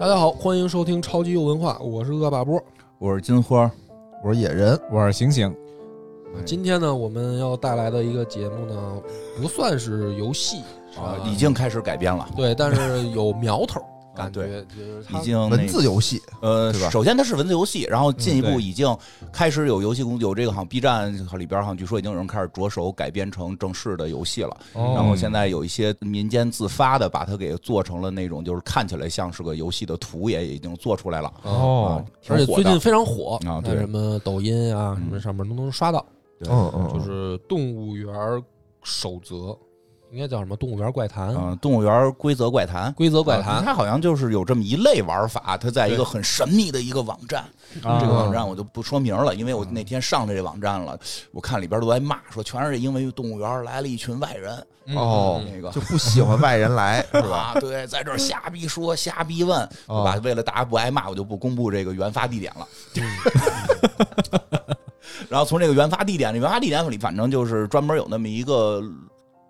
大家好，欢迎收听超级优文化，我是恶霸波。我是金花，我是野人，我是醒醒，哎今天呢，我们要带来的一个节目呢，不算是游戏啊，已经开始改编了， 对，但是有苗 头，感对觉就是它已经那文字游戏，呃，对吧首先它是文字游戏，然后进一嗯步对已经开始有游戏公有这个好像 B 站里边好像据说已经有人开始着手改编成正式的游戏了，然后现在有一些民间自发的把它给做成了那种就是看起来像是个游戏的图也已经做出来了，哦，啊哦，挺而且火最近的，非常火啊在对什么抖音啊嗯什么上面都能刷到，对嗯嗯，就嗯是动物园守则，应该叫什么动物园怪谈、嗯，动物园规则怪谈。规则怪谈。它好像就是有这么一类玩法，它在一个很神秘的一个网站，嗯啊这个网站我就不说名了，因为我那天上这网站了，我看里边都在骂，说全是因为动物园来了一群外人，嗯哦那个就不喜欢外人 来，是吧？啊啊，对，在这儿瞎逼说，瞎逼问，对吧？为了大家不挨骂，我就不公布这个原发地点了。 然后从这个原发地点，这原发地点里反正就是专门有那么一个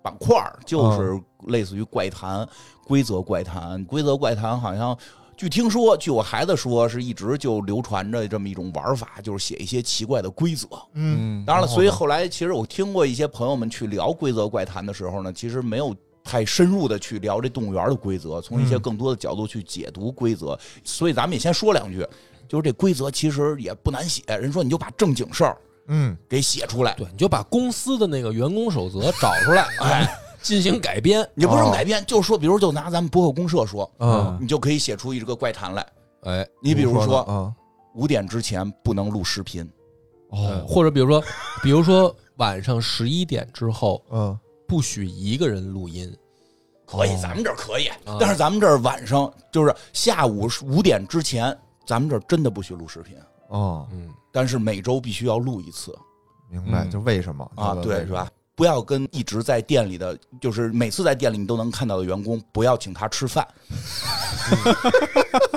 板块儿，啊就是类似于怪谈、规则怪谈、规则怪谈，好像。据听说，据我孩子说，是一直就流传着这么一种玩法，就是写一些奇怪的规则。嗯，嗯当然了，所以后来其实我听过一些朋友们去聊规则怪谈的时候呢，其实没有。太深入的去聊这动物园的规则，从一些更多的角度去解读规则，所以咱们也先说两句，就是这规则其实也不难写。人说你就把正经事儿嗯，给写出来，对，你就把公司的那个员工守则找 出来，哎，进行改编。你不用哦改编，就说，比如就拿咱们博客公社说，嗯，啊你就可以写出一个怪谈来。哎，你比如说呢说啊，五点之前不能录视频，哦哦呃，或者比如说，比如说晚上十一点之后嗯，不许一个人录音，可以，哦咱们这儿可以啊，但是咱们这儿晚上就是下午五点之前，咱们这儿真的不许录视频。哦，嗯，但是每周必须要录一次明白，嗯就为什么啊，对，是？吧？不要跟一直在店里的，就是每次在店里你都能看到的员工，不要请他吃饭，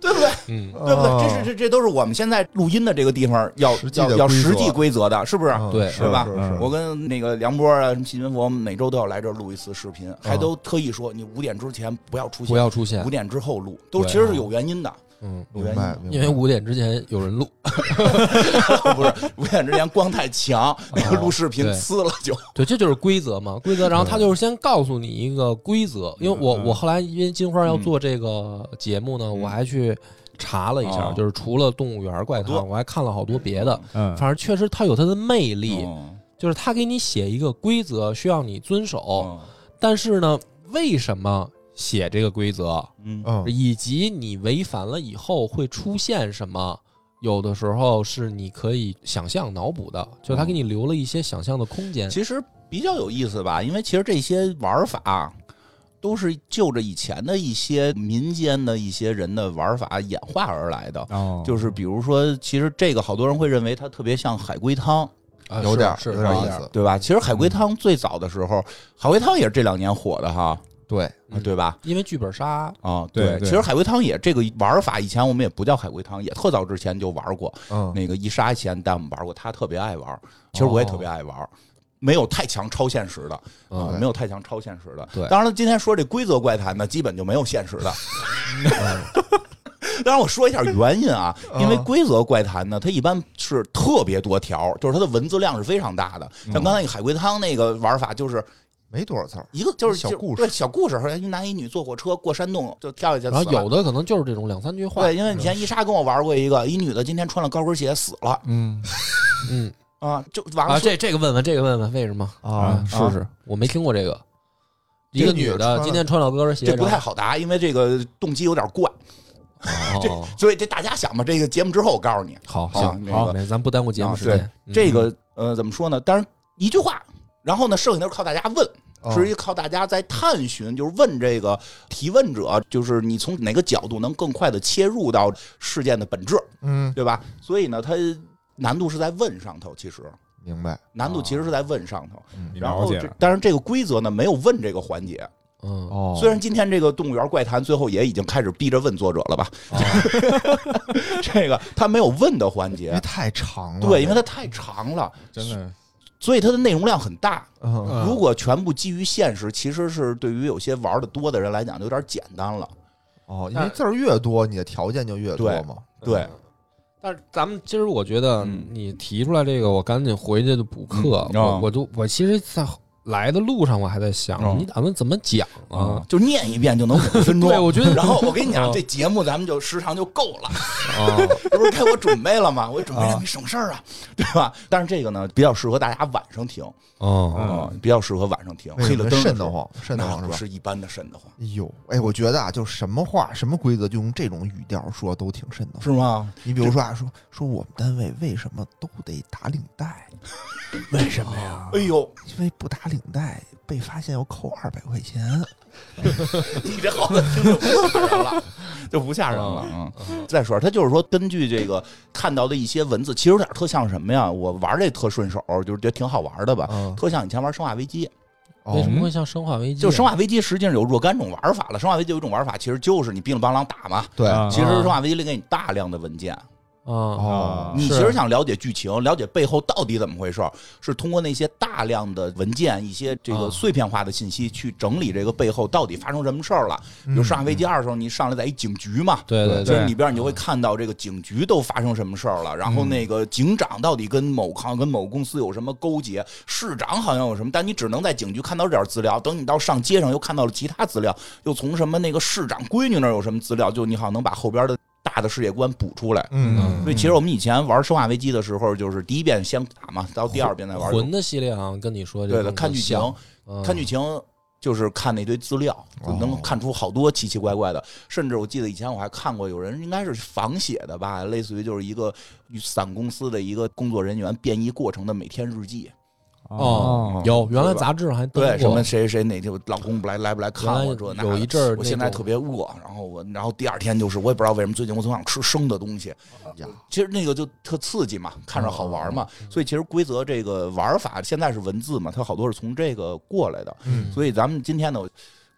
对不对？嗯，对对不对？这是这这都是我们现在录音的这个地方要哦实际要的要规则实际规则的，是不是？对是吧嗯我跟那个梁波啊、什么细菌佛，我们每周都要来这儿录一次视频，还都特意说你五点之前不要出不现，要出现五，点之后录，都对其实是有原因的。 嗯，有明原因白的，，明白因为五点之前有人录，不是五点之前光太强，那个录视频对呲了就对，这就是规则嘛，规则。然后他就是先告诉你一个规则，因为我嗯我后来因为金花要做这个节目呢，我还去查了一下，哦就是除了动物园怪好多谈，我还看了好多别的，嗯反正确实它有它的魅力，嗯就是它给你写一个规则需要你遵守，嗯但是呢，为什么写这个规则？嗯嗯以及你违反了以后会出现什么，有的时候是你可以想象脑补的，就是他给你留了一些想象的空间。其实比较有意思吧，因为其实这些玩法啊都是就着以前的一些民间的一些人的玩法演化而来的。哦，就是比如说，其实这个好多人会认为它特别像海龟汤，啊有点儿是有是点儿有意点儿思，对吧？其实海龟汤最早的时候，海龟汤也是这两年火的哈，对，啊对吧？因为剧本杀，啊，对对其实海龟汤也这个玩法，以前我们也不叫海龟汤，也特早之前就玩过。 嗯，那个伊莎以前带我们玩过，她特别爱玩，其实我也特哦别爱玩，没有太强超现实的，啊、嗯，没有太强超现实的。对当然了，今天说这规则怪谈呢，基本就没有现实的。当然，我说一下原因啊，因嗯为规则怪谈呢，它一般是特别多条，就是它的文字量是非常大的。嗯像刚才那个海龟汤那个玩法，就是没多少字儿，一个就是小就故事对小故事，好像一男一女坐火车过山洞就跳下去然后死了。有的可能就是这种两三句话，对，因为以前伊莎跟我玩过一个，一女的今天穿了高跟鞋死了嗯嗯啊，就完了啊，。这这个问问这个问问为什么？啊试试，我没听过这个。一这个个女女的穿的了今天穿了高跟鞋，这不太然后好答，因为这个动机有点怪，哦，所以这大家想吧。这个节目之后我告诉你，好好行那好，个没咱不耽误节目啊时对间。嗯这个呃怎么说呢？当然一句话，然后呢，剩下的是靠大家问，哦啊是一靠大家在探寻，就是问这个提问者，就是你从哪个角度能更快的切入到事件的本质，嗯，对吧？所以呢，它难度是在问上头，其实明白，难度其实是在问上头。嗯哦你然了后解这了，当然这个规则呢没有问这个环节，嗯，哦虽然今天这个动物园怪谈最后也已经开始逼着问作者了吧，哦 这个他没有问的环因为节，太长了，对，因为它太长了，真的所以它的内容量很大。嗯嗯如果全部基于现实，其实是对于有些玩的多的人来讲就有点简单了。哦，因但为是字儿越多，你的条件就越多对嘛。嗯对，但是咱们今儿我觉得嗯你提出来这个，我赶紧回去就补课。我嗯哦我就我其实，在来的路上我还在想，嗯你打算怎么讲啊啊，？就念一遍就能五十分钟。对我觉得然后我跟你啊讲，这节目咱们就时长就够 了，啊，这不是该我准备了吗？我准备啊让你省事儿啊，对吧？但是这个呢，比较适合大家晚上听哦，啊，比较适合晚上听，为黑什了么灯的时瘆得候，慌，瘆得那慌是不吧？是一般的瘆得慌，哎呦，哎，我觉得啊，就是什么话、什么规则，就用这种语调说都挺瘆得慌。是吗？你比如说啊，说说我们单位为什么都得打领带？为什么呀？哎呦，因为不打领带被发现要扣二百块钱。 你这好的听着不吓人了， 就不吓人了。嗯，再说，他就是说，根据这个看到的一些文字，其实有点特像什么呀？我玩这特顺手，就是觉得挺好玩的吧。嗯特像以前玩《生化危机》，哦为什么会像《生化危机》啊？就是《生化危机》实际上有若干种玩法了。《生化危机》有一种玩法，其实就是你兵了帮啷打嘛。对，啊其实《生化危机》里给你大量的文件，啊，哦，你是其实想了解剧情，了解背后到底怎么回事儿，是通过那些大量的文件、一些这啊个碎片化的信息去整理这个背后到底发生什么事儿了。比嗯如《生化危机二》的时候，你上来在一警局嘛，对对就对嗯是里边你就会看到这个警局都发生什么事儿了，然后那个警长到底跟某康跟某公司有什么勾结，市长好像有什么，但你只能在警局看到这点资料，等你到上街上又看到了其他资料，又从什么那个市长闺女那儿有什么资料，就你好像能把后边的大的世界观补出来。嗯，所以其实我们以前玩《生化危机》的时候，就是第一遍先打嘛，到第二遍再玩。魂的系列好像跟你说这对个的，更看剧情像，，嗯看剧情就是看那堆资料，就能看出好多奇奇怪怪的。甚至我记得以前我还看过有人应该是仿写的吧，类似于就是一个伞公司的一个工作人员变异过程的每天日嗯记。嗯哦，有原来杂志上还登对，什过么嗯谁谁哪天我老公不来来不来看我这原来那有的一阵儿我现在那种特别饿，然后我然后第二天就是我也不知道为什么最近我总想吃生的东西，哦呀，其实那个就特刺激嘛，看着好玩嘛，所以其实规则这个玩法现在是文字嘛，它好多是从这个过来的，嗯所以咱们今天呢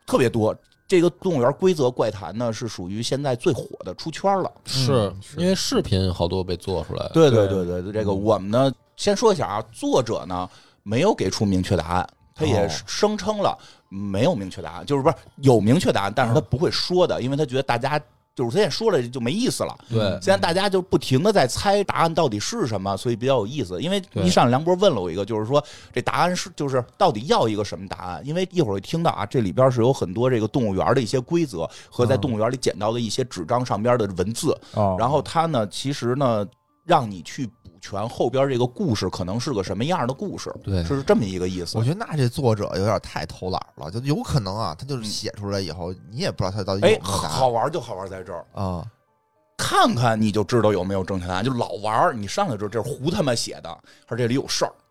特别多。这个动物园规则怪谈呢，是属于现在最火的，出圈了。是因为视频好多被做出来，对对对对对，对这个我们呢，先说一下啊，作者呢没有给出明确答案，他也哦声称了没有明确答案，就是不是有明确答案，但是他不会说的，因为他觉得大家就是他也说了就没意思了。对现在大家就不停的在猜答案到底是什么，所以比较有意思。因为一上来梁博问了我一个，就是说这答案是就是到底要一个什么答案？因为一会儿会听到啊，这里边是有很多这个动物园的一些规则和嗯在动物园里捡到的一些纸张上边的文字，哦然后它呢其实呢让你去补全后边这个故事可能是个什么样的故事，对是这么一个意思我。觉得那这作者有点太偷懒了，就有可能啊，他就是写出来以后，你也不知道他到底嗯有哎，没有答好案玩就好玩在这儿，啊。看看你就知道有没有正确答案。就老玩儿，你上来之后这是胡他妈写的，还是这里有事儿？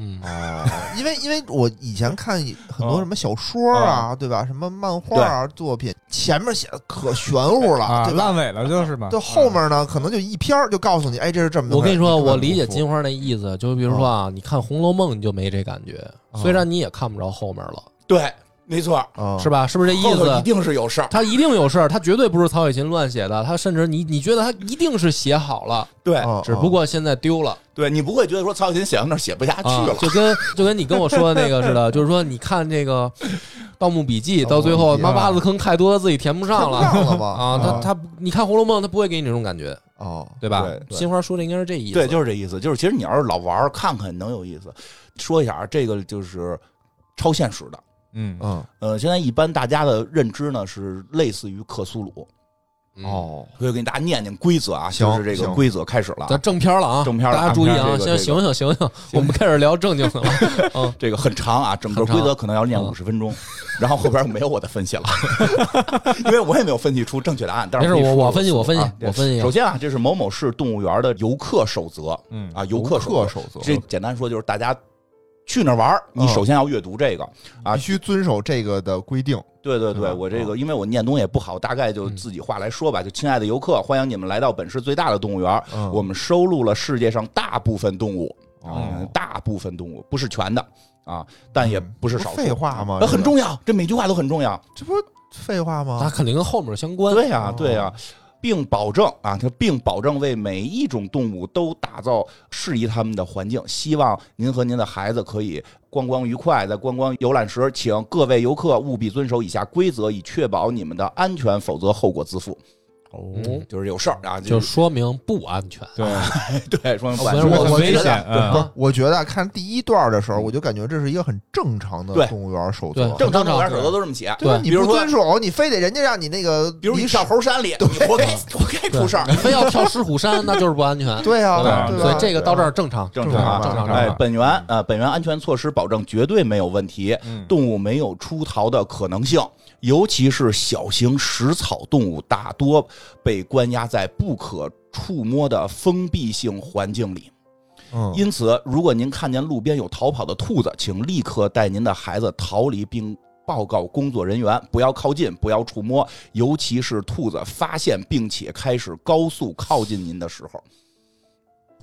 嗯哦，因为因为我以前看很哦多什么小说啊，对吧？什么漫画啊作品，前面写的可玄乎了，啊，对吧？烂尾了嗯就是嘛，对，后面呢，可能就一篇儿就告诉你，哎，这是这么回事。我跟你说，根本我理解不金花那意思，就比如说啊，你看《红楼梦》你就没这感觉，啊虽然你也看不着后面了，对，没错，啊，是吧？是不是这意哦后头一思？定是有事儿。他一定有事儿，他绝对不是曹雪芹乱写的，他甚至你你觉得他一定是写好了，对啊？只不过现在丢了对，你不会觉得说曹雪芹写到那儿写不下去啊了，，就跟就跟你跟我说的那个似 的，就是说你看这个《盗墓笔记》，到最后盗墓笔记啊妈挖的坑太多，自己填不啊上了上了吗？ 啊，他他你看《红楼梦》，他不会给你这种感觉，哦，对吧对？对金花说的应该是这意思，对，就是这意思。就是其实你要是老玩儿，看看能有意思。说一下啊，这个就是超现实的。嗯嗯呃，现在一般大家的认知呢是类似于克苏鲁，嗯，哦，所以给大家念念规则啊，行就是这个行规则开始了咱啊。正片了啊，正片了大家注意啊，正片这个先醒醒醒醒，我们开始聊正经的 了。嗯，这个很长啊，整个很长规则可能要念嗯五十分钟，然后后边没有我的分析了， 因为我也没有分析出正确答案。但没是事，可以我说我分析，克苏鲁我分析啊，对我分析首。先啊，这是某某市动物园的游客守则，嗯啊，游游客守则。守则这简单说就是大家去那儿玩儿，你嗯首先要阅读这个。啊必须遵守这个的规定。对对对，吧嗯我这个因为我念东西也不好，大概就自己话来说吧。就亲爱的游客，欢迎你们来到本市最大的动物园。嗯我们收录了世界上大部分动物，哦嗯大部分动物不是全的啊，但也不是少数。嗯不是废话吗那很重要，这每句话都很重要。这不是废话那哦吗？肯定跟后面相关。啊对呀、对呀、并保证啊，它并保证为每一种动物都打造适宜它们的环境。希望您和您的孩子可以观光愉快。在观光游览时，请各位游客务必遵守以下规则，以确保你们的安全，否则后果自负。哦，嗯就是有事儿啊，就是说明不安全。对， 对，说明不安我全觉得我很我危觉得险嗯啊啊不是，我觉得啊看第一段的时候，我就感觉这是一个很正常的对动物园手嗯对册，正常正常动物园手册都这么写。对吧？对你比如不说遵守，你非得人家让你那个，比如你上猴山里，你活该活该出事 儿。你非要跳狮虎山，那就是不安全。对啊，吧对对所以吧？这个到这儿正常，正常常，啊正常，正正常哎，常。本源呃，本源安全措施保证绝对没有问题，嗯动物没有出逃的可能性，尤其是小型食草动物大多被关押在不可触摸的封闭性环境里。嗯因此，如果您看见路边有逃跑的兔子，请立刻带您的孩子逃离并。报告工作人员，不要靠近，不要触摸，尤其是兔子发现并且开始高速靠近您的时候，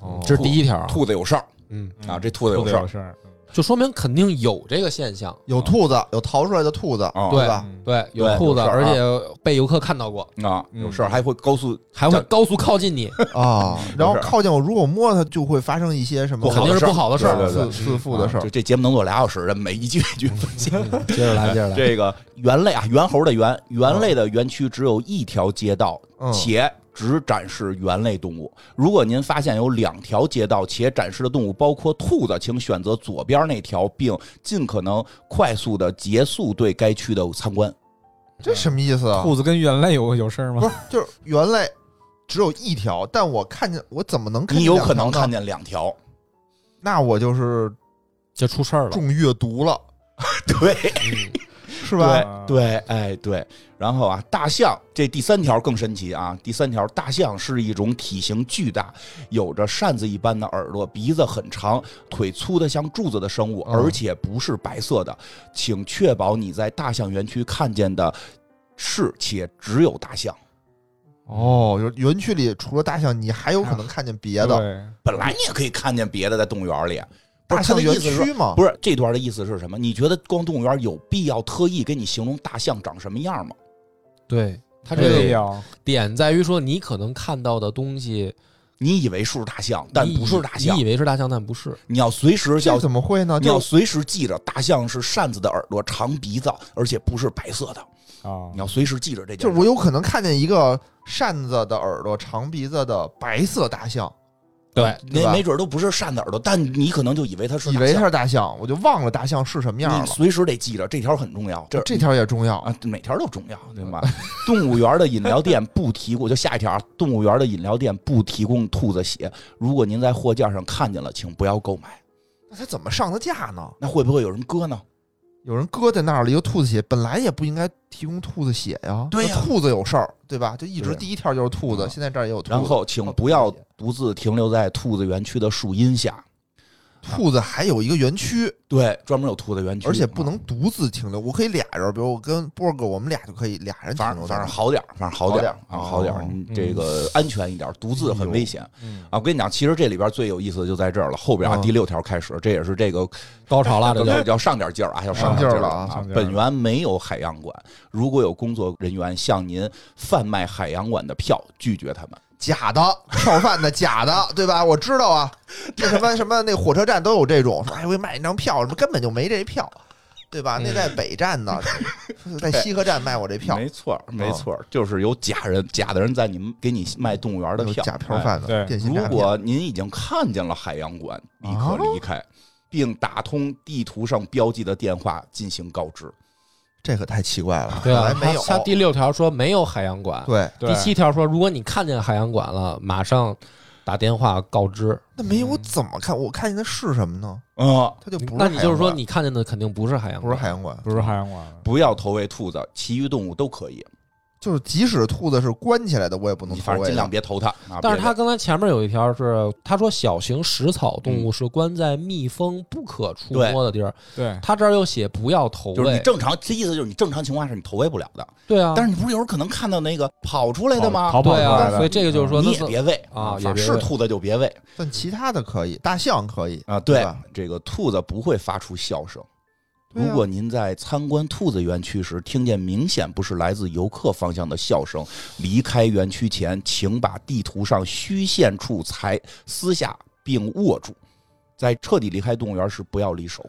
哦这是第一条啊，兔子有事儿嗯，啊！这兔子都有事儿事儿，就说明肯定有这个现象。有兔子，有逃出来的兔子，啊，对吧？嗯对，有对兔子，有事而儿啊且被游客看到过，啊，有事儿还会高速，还会高速靠近你，啊，然后有事儿靠近我，如果摸它，就会发生一些什么嗯肯不好的定是事儿不好的事儿。对对自对自负的事啊儿就。这节目能做俩小时的，每一句一句分析。嗯接着来，接着来。这个猿类啊，猿猴的猿，猿类的园区只有一条街道，嗯且只展示猿类动物。如果您发现有两条街道且展示的动物包括兔子，请选择左边那条，并尽可能快速的结束对该区的参观。这什么意思啊？兔子跟猿类有有事儿不吗？是，就是原来只有一条，但我看见我怎么能看见？你有可能看，见两条，那我就是就出事儿了，中阅读了，对。嗯是吧？啊对对，哎对，然后啊，大象这第三条更神奇啊！第三条，大象是一种体型巨大、有着扇子一般的耳朵、鼻子很长、腿粗的像柱子的生物，嗯而且不是白色的。请确保你在大象园区看见的是且只有大象。哦，就是园区里除了大象，你还有可能看见别的对本来你也可以看见别的在动物园里，不大是他象的园意思是说区啊嘛？不是这段的意思是什么？你觉得光动物园有必要特意给你形容大象长什么样吗？对，它这哎对个呀，啊点在于说，你可能看到的东西，你以为是大象，但你以不是大象你以。为是大象，但不是。你要随时这要怎么会呢？你要就随时记着，大象是扇子的耳朵、长鼻子，而且不是白色的。啊你，要随时记着这件就事。是我有可能看见一个扇子的耳朵、长鼻子的白色大象，对，对没吧没准都不是扇子耳朵，但你可能就以为它是大以象，为它是大象，我就忘了大象是什么样你了。随时得记着这条很重要。这这条也重要啊，每条都重要，对吧？动物园的饮料店不提供，就下一条啊，动物园的饮料店不提供兔子血。如果您在货架上看见了，请不要购买。那它怎么上的架呢？那会不会有人割呢？有人搁在那儿了一个兔子血，本来也不应该提供兔子血呀。对呀那兔子有事儿，对吧？就一直对第一条就是兔子，嗯现在这儿也有兔子。然后，请不要独自停留在兔子园区的树荫下。兔子还有一个园区，对，专门有兔子园区，而且不啊能独自停留。我可以俩人，比如我跟波哥，我们俩就可以俩人停反留正在反那正儿。好点儿，反正好点儿啊，好好点点儿儿，哦你这个安全一点儿，独自很危险嗯啊！我跟你讲，其实这里边最有意思的就在这儿了，后边啊嗯第六条开始，这也是这个高潮了，这要就要上点劲儿啊，要上点劲儿儿了啊啊上劲！儿了本园没有海洋馆，如果有工作人员向您贩卖海洋馆的票，拒绝他们。假的票贩子，假的，对吧？我知道啊，那什么什么那火车站都有这种，说哎，我给你卖一张票，什么根本就没这票，对吧？那在北站呢，在西河站卖我这票，没错儿，没错儿，就是有假人，假的人在你们给你卖动物园的有票，假票哎贩子，对电信如诈骗果您已经看见了海洋馆，啊立刻离开，并打通地图上标记的电话进行告知。这可太奇怪了，对本来啊。没有，他第六条说没有海洋馆，对，对第七条说如果你看见海洋馆了，马上打电话告知。那没有我怎么看？我看见的是什么呢？嗯，它就不是海洋馆，那你就是说你看见的肯定不是海洋不是馆，海洋馆，不是海洋馆，不要投喂兔子，其余动物都可以，就是即使兔子是关起来的，我也不能你投反正喂尽量的。别投它。啊但是别他刚才前面有一条是，他说小型食草动物是关在密封不可触摸的地儿，对，嗯他这儿又写不要投就是你喂，正常，这意思就是你正常情况下是你投喂不了的。对啊，但是你不是有时候可能看到那哦个跑出来的吗？逃跑出对来啊，的所以这个就是说，你那也别喂啊也反正别是喂兔子就别喂但其他的可以，大象可以啊。对吧，这个兔子不会发出笑声，对啊如果您在参观兔子园区时听见明显不是来自游客方向的笑声，离开园区前，请把地图上虚线处裁撕下并握住。在彻底离开动物园时，不要离手。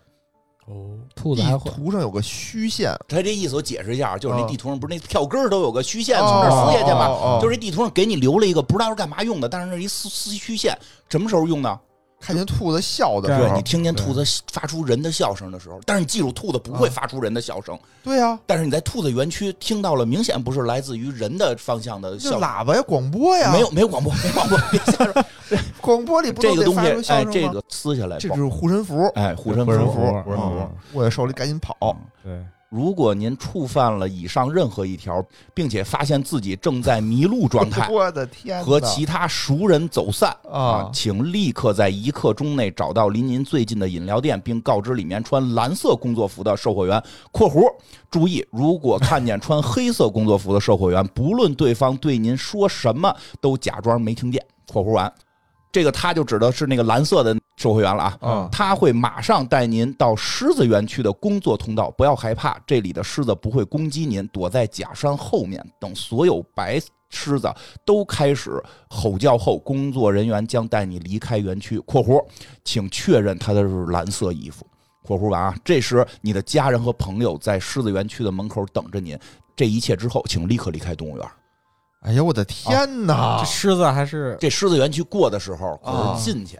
哦，兔子还地会图上有个虚线，他这意思我解释一下，就是那哦地图上不是那跳根儿都有个虚线，从哦那儿撕下去吗？哦哦就是这地图上给你留了一个不知道是干嘛用的，但是那是一撕撕虚线，什么时候用呢？看见兔子笑的时对啊候你，听见兔子发出人的笑声的时候，但是你记住，兔子不会发出人的笑声。对啊呀，但是你在兔子园区听到了，明显不是来自于人的方向的就笑声。喇叭呀，广播呀，没有没有广播，没 广播，别瞎说。广播里不都这个得东发出西，笑哎，声吗？这个撕下来，这就是护身符，哎，嗯护身符，护身符护身符。握在手里赶紧跑。，对，如果您触犯了以上任何一条，并且发现自己正在迷路状态 我的天哪！和其他熟人走散啊请立刻在一刻钟内找到离您最近的饮料店，并告知里面穿蓝色工作服的售货员（括弧注意，如果看见穿黑色工作服的售货员，不论对方对您说什么，都假装没听见）。括弧完，这个他就指的是那个蓝色的售货员了啊。啊他会马上带您到狮子园区的工作通道，不要害怕，这里的狮子不会攻击您。躲在假山后面，等所有白狮子都开始吼叫后，工作人员将带你离开园区（括弧请确认他的是蓝色衣服）。括弧完啊，这时你的家人和朋友在狮子园区的门口等着您。这一切之后，请立刻离开动物园。哎呀，我的啊天哪这！狮子还是这狮子园区过的时候，啊可是进去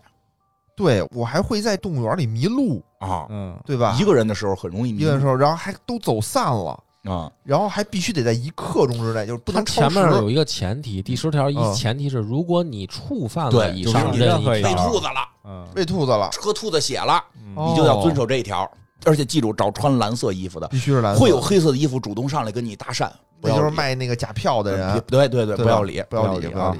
对我还会在动物园里迷路，啊，嗯，对吧？一个人的时候很容易迷一个人的路时候，然后还都走散了，啊。然后还必须得在一刻钟之内，就是不能它超前时。面有一个前提，第十条嗯一前提是，如果你触犯了对以就是上你任任哎何一一被条条，兔子了，嗯喂兔子了，喝兔子血了，哦你就要遵守这一条。而且记住，找穿蓝色衣服的，必须是蓝色，会有黑色的衣服主动上来跟你搭讪，不那要就是理卖那个假票的人，啊对对对，对吧不要理，不要理，不要啊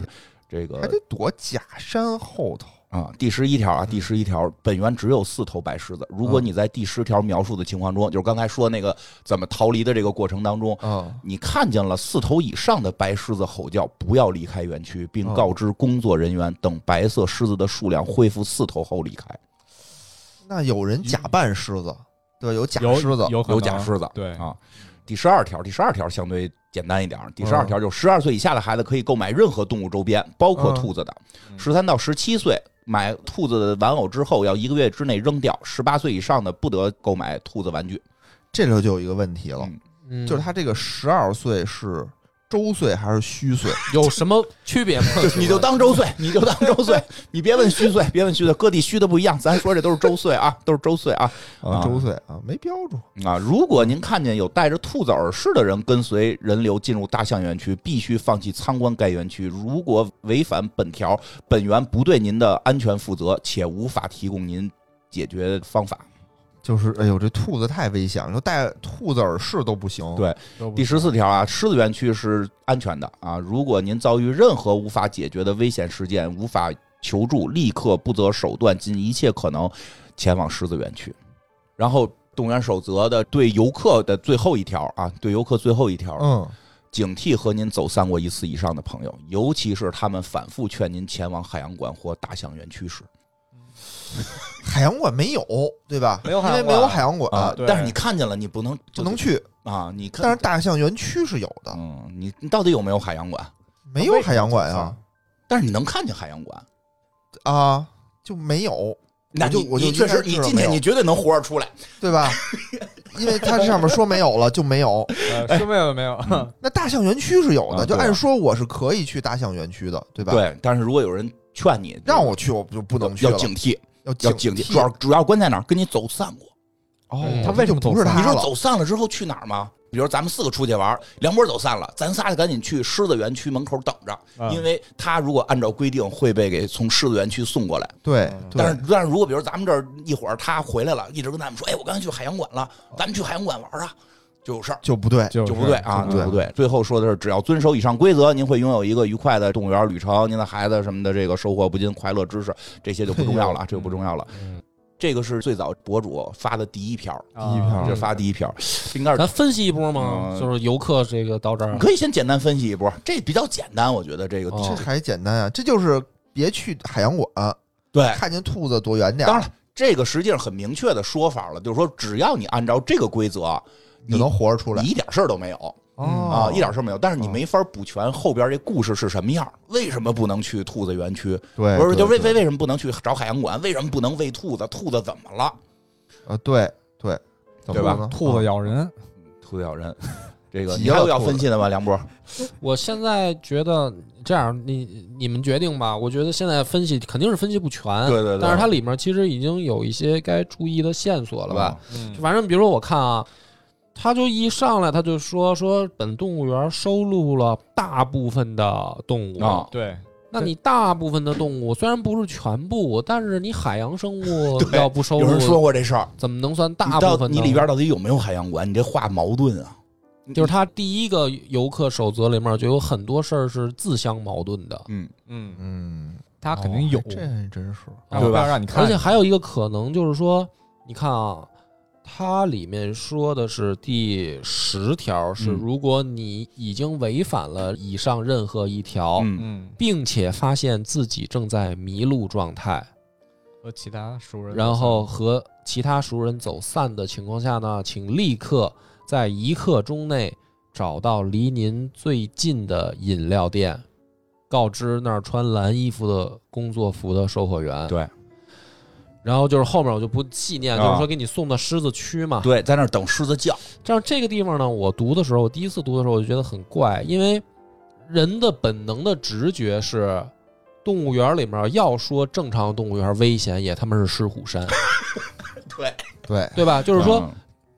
理！，哎这个还得躲假山后头。啊，第十一条啊，第十一条，本园只有四头白狮子。嗯如果你在第十条描述的情况中，就是刚才说那个怎么逃离的这个过程当中，嗯，你看见了四头以上的白狮子吼叫，不要离开园区，并嗯告知工作人员，等白色狮子的数量恢复四头后离开。那有人假扮狮子，对吧，有假有狮子，有可有能假狮子，对啊。第十二条，第十二条相对简单一点儿。第十二条就是十二岁以下的孩子可以购买任何动物周边，包括嗯兔子的。嗯十三到十七岁买兔子的玩偶之后，要一个月之内扔掉。十八岁以上的不得购买兔子玩具。这里头就有一个问题了嗯，嗯就是他这个十二岁是周岁还是虚岁？有什么区别吗？就你就当周岁，你就当周岁，你别问虚岁，别问虚岁，各地虚的不一样。咱说这都是周岁啊，都是周岁啊。啊，啊周岁啊，没标注。啊，如果您看见有戴着兔子耳饰的人跟随人流进入大象园区，必须放弃参观该园区。如果违反本条，本园不对您的安全负责，且无法提供您解决方法。就是，哎呦，这兔子太危险了，说戴兔子耳饰都不行。对都不第十四条啊，狮子园区是安全的啊。如果您遭遇任何无法解决的危险事件，无法求助，立刻不择手段，尽一切可能前往狮子园区。然后，动物园守则的对游客的最后一条啊，对游客最后一条，嗯，警惕和您走散过一次以上的朋友，尤其是他们反复劝您前往海洋馆或大象园区时海洋馆没有，对吧？没有海因洋为没有海洋馆，对啊但是你看见了，你不能啊不能去。啊！你看，但是大象园区是有的，嗯，你你到底有没有海洋馆？没有海洋馆啊但是你能看见海洋馆，啊，就没有，那我就你我就你确实，你应该知道进没去有你绝对能活着出来。对吧？ 因为它上面说没有了就没有。哎呃是没有没有，那大象园区是有的，啊对就啊按说我是可以去大象园区的，对吧？，对，但是如果有人劝你，让我去我就不能去要了，要警惕，要要警警惕。主要主要关在哪儿？跟你走散过。哦嗯，他他为什么不是走他散你说了走散了之后去哪儿吗？比如咱们四个出去玩，梁波走散了，咱仨就赶紧去狮子园区门口等着，嗯因为他如果按照规定会被给从狮子园区送过来。对嗯，对但是但是如果比如咱们这儿一会儿他回来了，一直跟咱们说，哎，我刚才去海洋馆了，咱们去海洋馆玩啊，就有事儿。就不对，就就不对啊，是就不对。最后说的是，只要遵守以上规则，您会拥有一个愉快的动物园旅程，您的孩子什么的，这个收获不尽快乐知识，这些就不重要了，这就不重要了。嗯这个是最早博主发的第一条，啊第一条这是发第一条，应该是咱分析一波吗？嗯就是游客这个到这儿你，可以先简单分析一波，这比较简单，我觉得这个、哦这还简单啊，这就是别去海洋馆，对。看见兔子躲远点儿。哎当然了，这个实际上很明确的说法了，就是说只要你按照这个规则，就你能活着出来你一点事儿都没有哦啊，一点事儿没有。但是你没法补全后边这故事是什么样儿，为什么不能去兔子园区？对，不是，对就为哎对为为什么不能去找海洋馆？为什么不能喂兔子？兔子怎么了？呃，对对，怎么对吧说呢啊兔子咬人，兔子咬人，这个急 你还了有要兔子分析的吗？梁博，我现在觉得这样，你你们决定吧。我觉得现在分析肯定是分析不全，对对对但是它里面其实已经有一些该注意的线索了吧？嗯反正比如说，我看啊，他就一上来他就说说本动物园收录了大部分的动物啊对，那你大部分的动物虽然不是全部，但是你海洋生物 对要不收有人说录，过这事儿，怎么能算你大部到分呢？你里边到底有没有海洋馆？你这话矛盾啊！就是他第一个游客守则里面就有很多事儿是自相矛盾的，嗯，嗯，嗯，他肯定有哦，这还真是然对后吧要让你看，而且还有一个可能就是说，你看啊，它里面说的是第十条是，嗯如果你已经违反了以上任何一条，嗯，嗯，并且发现自己正在迷路状态，和其他熟人，然后和其他熟人走散的情况下呢，请立刻在一刻钟内找到离您最近的饮料店，告知那儿穿蓝衣服的工作服的售货员。对然后就是后面我就不细念，啊就是说给你送到狮子区嘛。对，在那儿等狮子叫，这样这个地方呢，我读的时候，我第一次读的时候，我就觉得很怪，因为人的本能的直觉是，动物园里面要说正常动物园危险也他妈是狮虎山，对，对对吧？就是嗯说，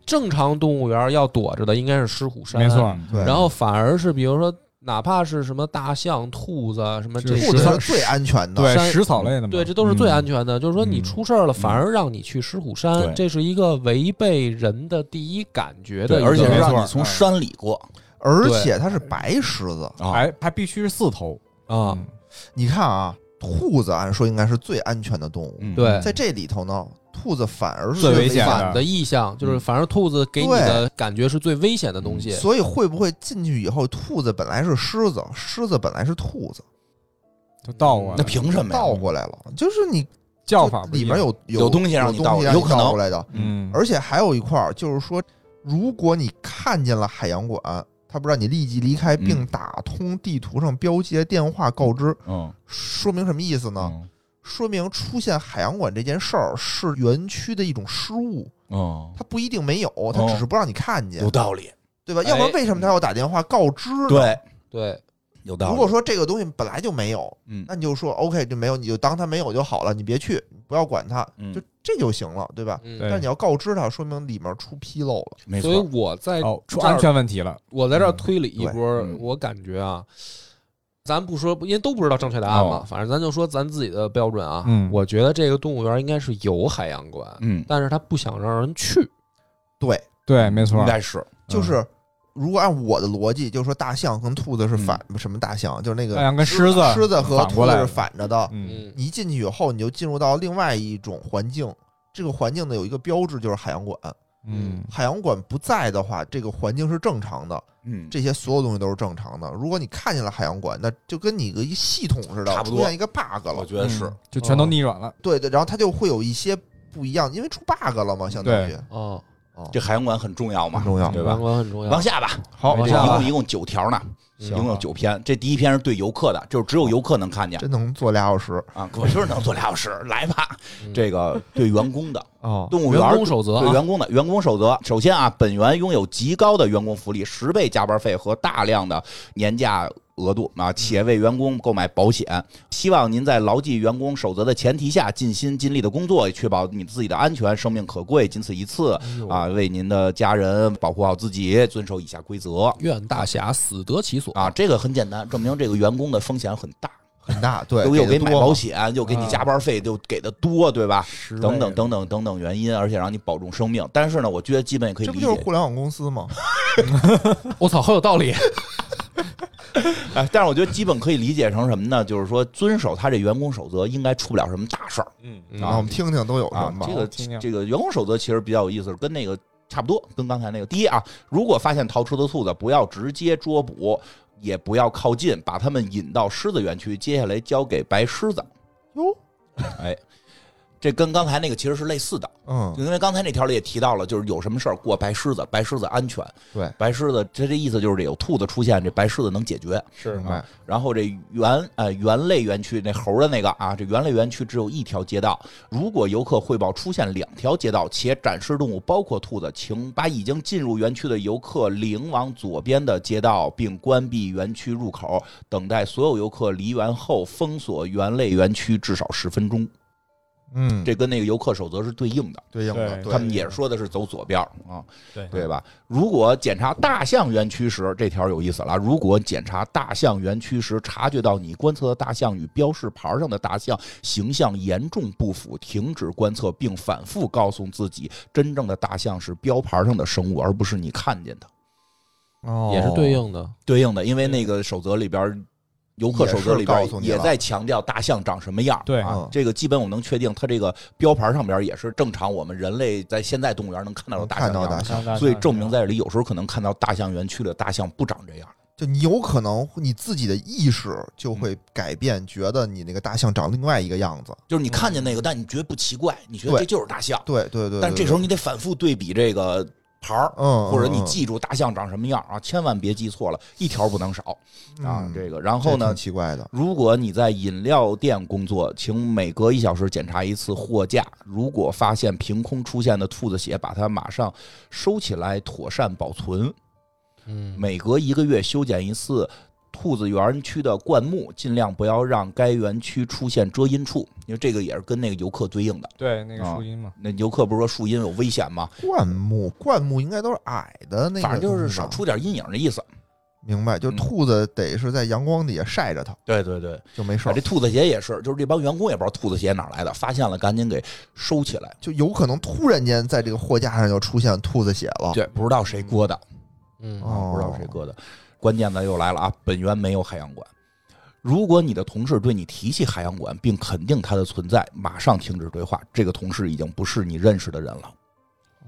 正常动物园要躲着的应该是狮虎山，没错。对然后反而是比如说，哪怕是什么大象、兔子啊什么这是嗯些兔子是最安全的，对山食草类的嘛，对，这都是最安全的。就是说，你出事儿了，反而让你去狮虎山嗯对，这是一个违背人的第一感觉的对，一个。而且没让错你从嗯山里过而且它是白狮子。啊，还还必须是四头啊，嗯你看啊，兔子按说应该是最安全的动物，嗯对在这里头呢，兔子反而是最危违险反反的意象嗯就是，反正兔子给你的感觉是最危险的东西。所以会不会进去以后，兔子本来是狮子，狮子本来是兔子，就倒过来，那凭什么呀？倒过来了？就是你叫法不一里样面有有东东西让你你倒让有可能倒过来的。嗯，而且还有一块儿就是说，如果你看见了海洋馆，他不让你立即离开，嗯并打通地图上标记的电话告知，嗯，说明什么意思呢？嗯，说明出现海洋馆这件事儿是园区的一种失误，嗯，它不一定没有，它只是不让你看见，有道理，对吧？哎要不然为什么他要打电话告知呢？，对，对，有道理。如果说这个东西本来就没有，嗯那你就说 OK，这没有，你就当它没有就好了，你别去，你不要管它，嗯就这就行了，对吧？嗯对但你要告知他，说明里面出纰漏了。没所以错，我在哦，出这儿安全问题了，我在这儿推理一波嗯对，嗯我感觉啊，咱不说，因为都不知道正确答案嘛哦，反正咱就说咱自己的标准啊。嗯我觉得这个动物园应该是有海洋馆，嗯，但是他不想让人去。对，对，没错应，该是就是如果按我的逻辑，就是说大象跟兔子是反、什么大象，就是那个大象跟狮狮哎子狮子和反兔过子来是了反着的。嗯，你一进去以后，你就进入到另外一种环境，这个环境呢有一个标志就是海洋馆，嗯海洋馆不在的话，这个环境是正常的，嗯，这些所有东西都是正常的。如果你看见了海洋馆，那就跟你一个系统似的差不多出现一个 bug 我了，觉得是嗯，就全都逆转了，对对，然后它就会有一些不一样，因为出 bug 了嘛，相当于哦，哦这海洋馆很重要嘛，很重要对海吧洋？馆很重要往。下吧，好往一下吧啊共一共九条呢，一嗯行共有九篇。这第一篇是对游客的，就是只有游客能看见真能做俩小时啊。我就是能做俩小时，来吧。嗯这个对员工的，哦动物园员儿工守则对啊，员工的员工守则，首先啊，本园拥有极高的员工福利，十倍加班费和大量的年假额度嗯啊，且为员工购买保险。希望您在牢记员工守则的前提下，尽心尽力的工作，确保你自己的安全。生命可贵，仅此一次哎啊！为您的家人保护好自己，遵守以下规则愿大侠死得其所啊！！这个很简单，证明这个员工的风险很大，很 大，对，又又给给得买多保嘛嗯险，又给你加班费，又给的多，对吧？等等等等等等原因，而且让你保重生命。但是呢，我觉得基本也可以这不理就是解。啊互联网公司吗？我操，好有道 理。哎，但是我觉得基本可以理解成什么呢？就是说遵守他这员工守则，应该出不了什么大事儿嗯嗯然后我们听听都有什啊么。吧这。个听听这个员工守则其实比较有意思，跟那个差不多，跟刚才那个。第一啊，如果发现逃出的兔子，不要直接捉捕。也不要靠近，把它们引到狮子园区，接下来交给白狮子。哟， 哎，这跟刚才那个其实是类似的，嗯，因为刚才那条里也提到了，就是有什么事儿过白狮子，白狮子安全。对，白狮子这这意思就是这有兔子出现，这白狮子能解决。明白，然后这园呃园类园区那猴儿的那个啊，这园类园区只有一条街道。如果游客汇报出现两条街道且展示动物包括兔子，请把已经进入园区的游客领往左边的街道，并关闭园区入口，等待所有游客离园后封锁园类园区至少十分钟。嗯，这跟那个游客守则是对应的。对应的，对他们也说的是走左边儿啊，对对吧？如果检查大象园区时，这条有意思了。如果检查大象园区时察觉到你观测的大象与标示牌上的大象形象严重不符，停止观测，并反复告诉自己，真正的大象是标牌上的生物，而不是你看见的。哦也是对，应的。对应的，因为那个守则里边儿，游客守则里边也儿是告诉你了也在强调大象长什么样儿。对啊嗯，这个基本我能确定，它这个标牌上边儿也是正常我们人类在现在动物园能看到的大象能看到样大儿。象所以证明在这里，有时候可能看到大象园区的大象不长这样。就你有可能你自己的意识就会改变，觉得你那个大象长另外一个样子。就是你看见那个，但你觉得不奇怪，你觉得对这就是大象。对对对，但这时候你得反复对比这个牌儿，嗯，嗯，或者你记住大象长什么样啊，千万别记错了，一条不能少嗯啊嗯。这个，然这后呢挺，奇怪的，如果你在饮料店工作，请每隔一小时检查一次货架。如果发现凭空出现的兔子血，把它马上收起来，妥善保存。嗯，每隔一个月修剪一次兔子园区的灌木，尽量不要让该园区出现遮阴处，因为这个也是跟那个游客对应的。对那个啊树荫嘛，那游客不是说树荫有危险吗？灌木灌木应该都是矮的那个东西吧，反正就是少出点阴影的意思。明白，就嗯兔子得是在阳光底下晒着它对对对，就没事啊儿这，兔子鞋也是，就是这帮员工也不知道兔子鞋哪儿来的，发现了赶紧给收起来。就有可能突然间在这个货架上就出现兔子血了。对，不知道谁割的。嗯哦啊，不知道谁割的。关键的又来了啊！本园没有海洋馆。如果你的同事对你提起海洋馆，并肯定它的存在，马上停止对话。这个同事已经不是你认识的人了。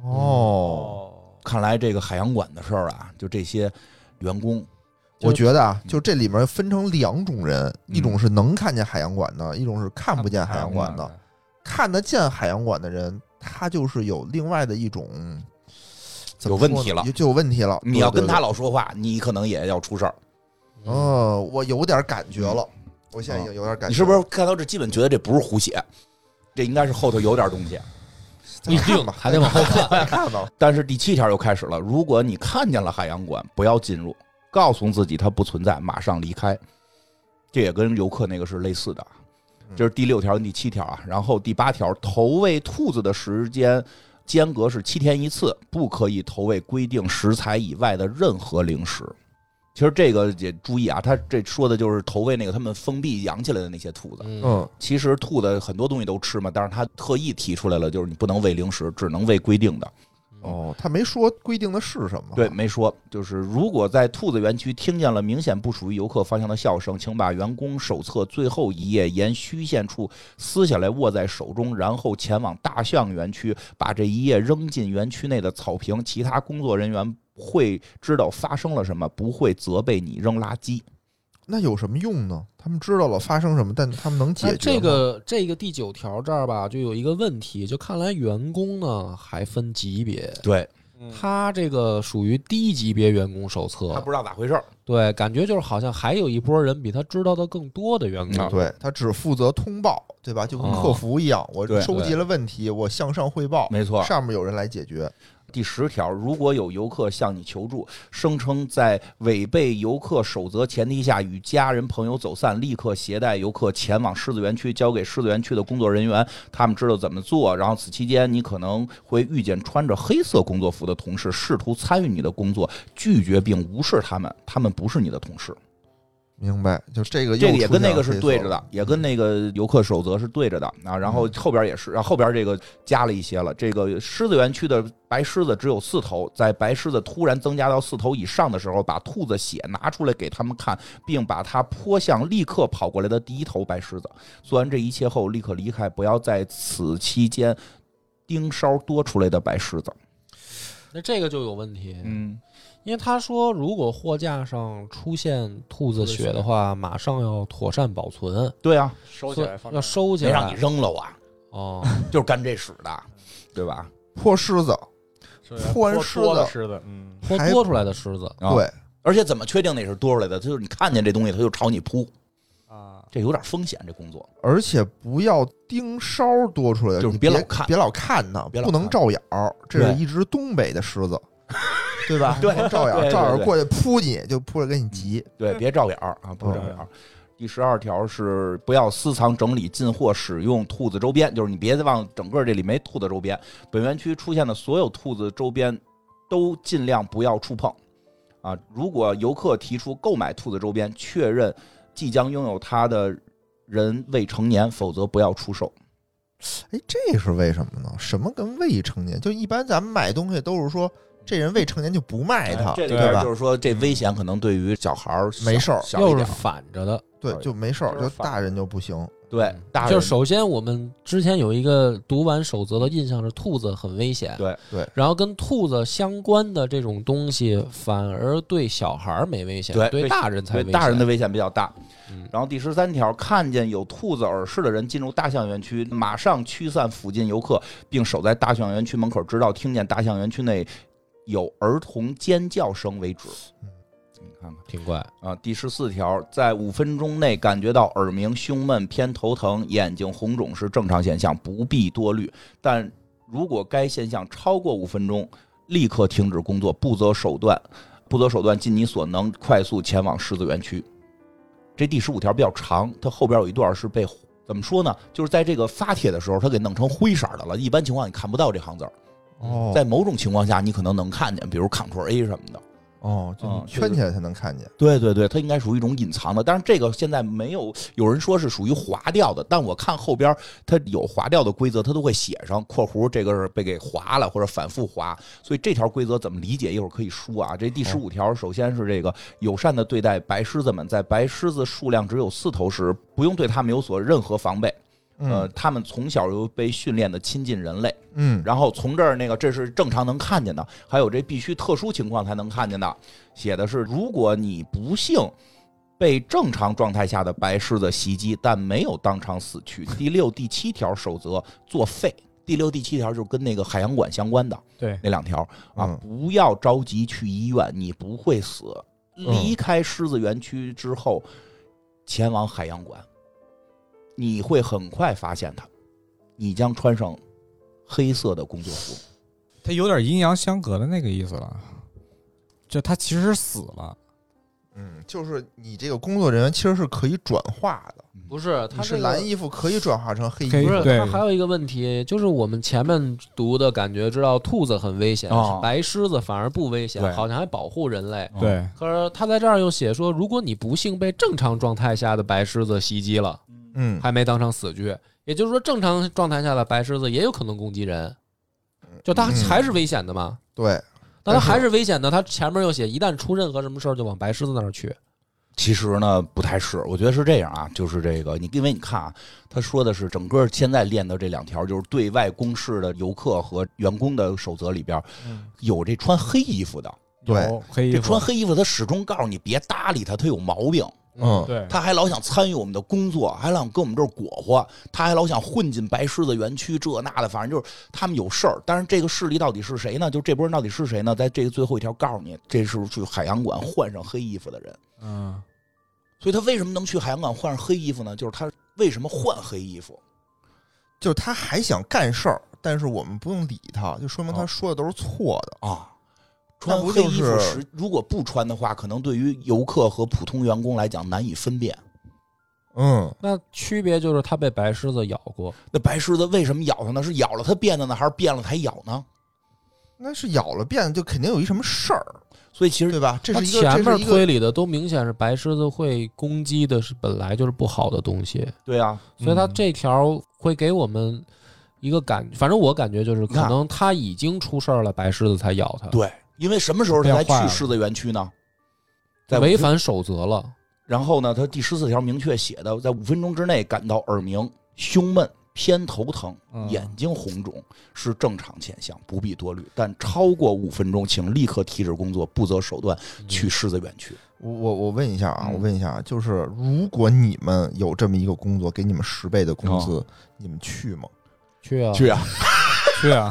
哦，看来这个海洋馆的事儿啊，就这些员工，嗯我觉得啊，就这里面分成两种人，一种是能看见海洋馆的，一种是看不见海洋馆的。，看得见海洋馆的人，他就是有另外的一种怎么说呢有问题了就就有问题了。你要跟他了，老说话，你可能也要出事儿。嗯、我有点感觉了，我现在已经有点嗯感觉了。你是不是看到这，基本觉得这不是胡写，这应该是后头有点东西。不一再定看吧，还得往后看。再看吧？但是第七条又开始了，如果你看见了海洋馆，不要进入，告诉自己它不存在，马上离开。这也跟游客那个是类似的啊。嗯这是第六条跟第七条啊，然后第八条，投喂兔子的时间间隔是七天一次，不可以投喂规定食材以外的任何零食。其实这个也注意啊，他这说的就是投喂那个他们封闭养起来的那些兔子。嗯，嗯，其实兔子很多东西都吃嘛，但是他特意提出来了，就是你不能喂零食，只能喂规定的。哦，他没说规定的是什么。对，没说，就是如果在兔子园区听见了明显不属于游客方向的笑声，请把员工手册最后一页沿虚线处撕下来握在手中，然后前往大象园区，把这一页扔进园区内的草坪。其他工作人员会知道发生了什么，不会责备你扔垃圾。那有什么用呢？他们知道了发生什么，但他们能解决那吗这个这个第九条这儿吧，就有一个问题，就看来员工呢还分级别，对嗯他这个属于低级别员工手他册，不知道咋回事儿，对，感觉就是好像还有一波人比他知道的更多的员嗯工，对他只负责通报，对吧？就跟客服一样，我对收集了问题，我向上汇报，没错上面有人来解决。第十条，如果有游客向你求助，声称在违背游客守则前提下与家人朋友走散，立刻携带游客前往狮子园区，交给狮子园区的工作人员，他们知道怎么做。然后此期间，你可能会遇见穿着黑色工作服的同事，试图参与你的工作，拒绝并无视他们，他们不是你的同事。明白？就这个又这个也出跟现那了嗯个是黑色对着的，也跟那个游客守则是对着的啊。然后后边也是，然后后边这个加了一些了。这个狮子园区的白狮子只有四头，在白狮子突然增加到四头以上的时候，把兔子血拿出来给他们看，并把它泼向立刻跑过来的第一头白狮子。做完这一切后，立刻离开，不要在此期间盯梢多出来的白狮子。那这个就有问题，嗯，因为他说如果货架上出现兔子血的话，马上要妥善保存，对啊，收所以要收起没来，让你扔了我啊。 哦，就是干这使的，对吧？破狮子，泼泼完完狮的子狮子，嗯，多还多出来的狮子，啊，对，而且怎么确定那是多出来的？就是你看见这东西，它就朝你扑，啊，这有点风险。这工作而且不要盯梢多出来的，就是你别别老看别老看它，别老不能看照眼儿。这对是一只东北的 狮子，对吧？ 对 不能照眼对对儿，照眼对儿过去扑你，就扑着给你急。对，别照眼儿啊，不照眼儿。第十二条是不要私藏、整理、进货、使用兔子周边，就是你别往整个这里没兔子周边。本园区出现的所有兔子周边都尽量不要触碰啊！如果游客提出购买兔子周边，确认即将拥有它的人未成年，否则不要出售。哎，这是为什么呢？什么跟未成年？就一般咱们买东西都是说，这人未成年就不卖它，哎这里对边吧就是说，这危险可能对于小孩儿小没事儿小一又是点儿反着的。对，就没事儿，就是就反大人就不行。对嗯，大人就是首先我们之前有一个读完守则的印象是兔子很危险，对对，然后跟兔子相关的这种东西反而对小孩儿没危险，对对大人才对危险。大人的危险比较大。嗯然后第十三条，看见有兔子耳饰的人进入大象园区，马上驱散附近游客，并守在大象园区门口，直到听见大象园区内有儿童尖叫声为止。你看看挺怪，啊，第十四条，在五分钟内感觉到耳鸣、胸闷、偏头疼、眼睛红肿是正常现象，不必多虑。但如果该现象超过五分钟，立刻停止工作，不择手段，不择手段，尽你所能，快速前往狮子园区。这第十五条比较长，它后边有一段是被怎么说呢？就是在这个发帖的时候，它给弄成灰色的了。一般情况你看不到这行字儿，哦在某种情况下你可能能看见，比如 Ctrl A 什么的。哦，就嗯你对圈对起来才能看见。对对对，它应该属于一种隐藏的，但是这个现在没有，有人说是属于划掉的，但我看后边它有划掉的规则，它都会写上括弧，这个是被给划了或者反复划，所以这条规则怎么理解，一会儿可以说啊。这第十五条，首先是这个友善的对待白狮子们，在白狮子数量只有四头时，不用对它们有所任何防备，呃，嗯它们从小就被训练的亲近人类。嗯，然后从这儿那个这是正常能看见的，还有这必须特殊情况才能看见的，写的是如果你不幸。被正常状态下的白狮子袭击，但没有当场死去。第六、第七条守则作废。第六、第七条就跟那个海洋馆相关的对，那两条啊嗯，不要着急去医院，你不会死。离开狮子园区之后，前往海洋馆，你会很快发现它。你将穿上黑色的工作服。它有点阴阳相隔的那个意思了，就它其实死了，嗯，就是你这个工作人员其实是可以转化的，不是它你是这个蓝衣服可以转化成黑衣黑服不是，对它还有一个问题，就是我们前面读的感觉，知道兔子很危险，哦白狮子反而不危险对，好像还保护人类。嗯对，可是他在这儿又写说，如果你不幸被正常状态下的白狮子袭击了，嗯，还没当场死去，也就是说，正常状态下的白狮子也有可能攻击人，就它嗯还是危险的嘛。对，但它但是还是危险的，它前面又写，一旦出任何什么事儿就往白狮子那儿去。其实呢，不太是，我觉得是这样啊，就是这个，你因为你看啊，他说的是整个现在练的这两条，就是对外公示的游客和员工的守则里边有这穿黑衣服的，对有黑衣这服穿黑衣服他始终告诉你别搭理他，他有毛病，嗯，对，他还老想参与我们的工作，还老想跟我们这儿裹和，他还老想混进白狮子园区这那的，反正就是他们有事儿。但是这个势力到底是谁呢？就这波人到底是谁呢？在这个最后一条告诉你，这是去海洋馆换上黑衣服的人。嗯，所以他为什么能去海洋馆换上黑衣服呢？就是他为什么换黑衣服？就是他还想干事儿，但是我们不用理他，就说明他哦说的都是错的。啊，穿那不黑就衣服是时，如果不穿的话，可能对于游客和普通员工来讲难以分辨。嗯，那区别就是它被白狮子咬过，那白狮子为什么咬他呢？是咬了他变的呢，还是变了才咬呢？那是咬了辫子，就肯定有一什么事儿，所以其实对吧？这它是一个，前这面是一个，推理的都明显是白狮子会攻击的是本来就是不好的东西，对啊，所以它嗯这条会给我们一个感，反正我感觉就是你可看能它已经出事儿了，白狮子才咬它，对，因为什么时候他才变去坏了狮子园区呢？在五违分。反守则了。然后呢，他第十四条明确写的，在五分钟之内感到耳鸣、胸闷、偏头疼、嗯眼睛红肿是正常现象，不必多虑。但超过五分钟，请立刻停止工作，不择手段嗯去狮子园区。我我我问一下啊，嗯我问一下啊，哦就是如果你们有这么一个工作，给你们十倍的工资，你们去吗？去啊，去啊，去啊，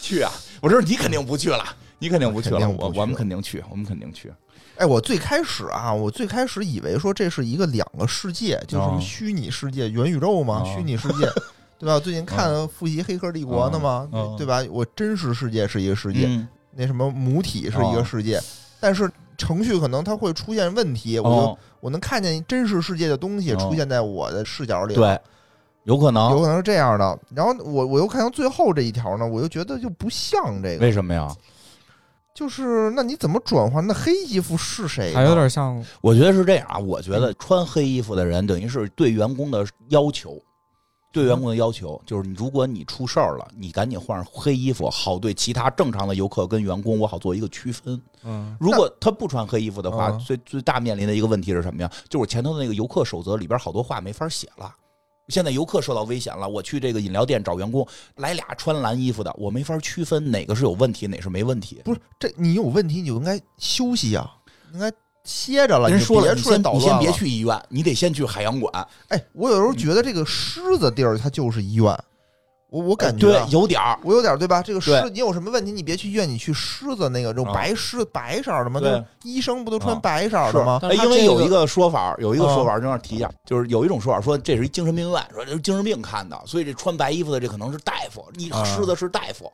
去啊！我知道你肯定不去了，你肯定不去了，肯定不我去我们肯定去，我们肯定去。哎，我最开始啊，我最开始以为说这是一个两个世界，就是哦什么虚拟世界、元宇宙嘛，哦虚拟世 界，对吧？最近看复习《黑客帝国》呢嘛，哦对吧？我真实世界是一个世界，嗯哦那什么母体是一个世界，但是程序可能它会出现问题，我就、哦，我能看见真实世界的东西哦出现在我的视角里，，对，有可有能。可能是这样的。然后我我又看到最后这一条呢，我又觉得就不像这个，为什么呀？就是那你怎么转换？那黑衣服是谁呢？ 还有点像我觉得是这样啊，我觉得穿黑衣服的人等于是对员工的要求，对员工的要求就是，你如果你出事儿了，你赶紧换上黑衣服，好对其他正常的游客跟员工，我好做一个区分。嗯如果他不穿黑衣服的话，嗯最最大面临的一个问题是什么呀？就是前头的那个游客守则里边好多话没法写了。现在游客受到危险了，我去这个饮料店找员工，来俩穿蓝衣服的，我没法区分哪个是有问题，哪是没问题。不是这你有问题，你就应该休息呀、应该歇着了。人你就说了，别你出来先捣你乱先别了。去嗯医院，你得先去海洋馆。哎，我有时候觉得这个狮子地儿它就是医院，我我感觉、哎啊对，有点儿。我有点对吧？这个狮对，你有什么问题，你别去医院，你去狮子那个，就啊白狮、白色儿的嘛，对就是医生不都啊穿白色儿的吗？但哎，是他因为这有个一个说法儿，有嗯一个说法儿，正好提一下，就是有一种说法儿说这是一精神病院，说这是精神病看的，所以这穿白衣服的这可能是大夫，你啊狮子是大夫，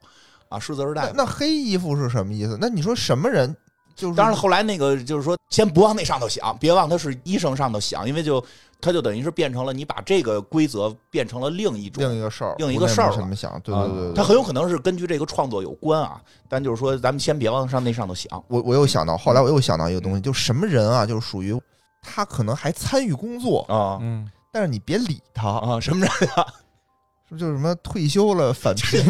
啊，狮子是大嗯那夫。那黑衣服是什么意思？那你说什么人？就是当然了，后来那个就是说，先不往那上头想，别往他是医生上头想，因为就他就等于是变成了你把这个规则变成了另一种，另一个事儿，另一我个那事儿没了怎么想？对啊对对对，他很有可能是根据这个创作有关啊。但就是说，咱们先别往上那上头想，我我又想到，后来我又想到一个东西，就什么人啊，就是属于他可能还参与工作，啊嗯，但是你别理他，啊，什么人是不是就是什么退休了返聘？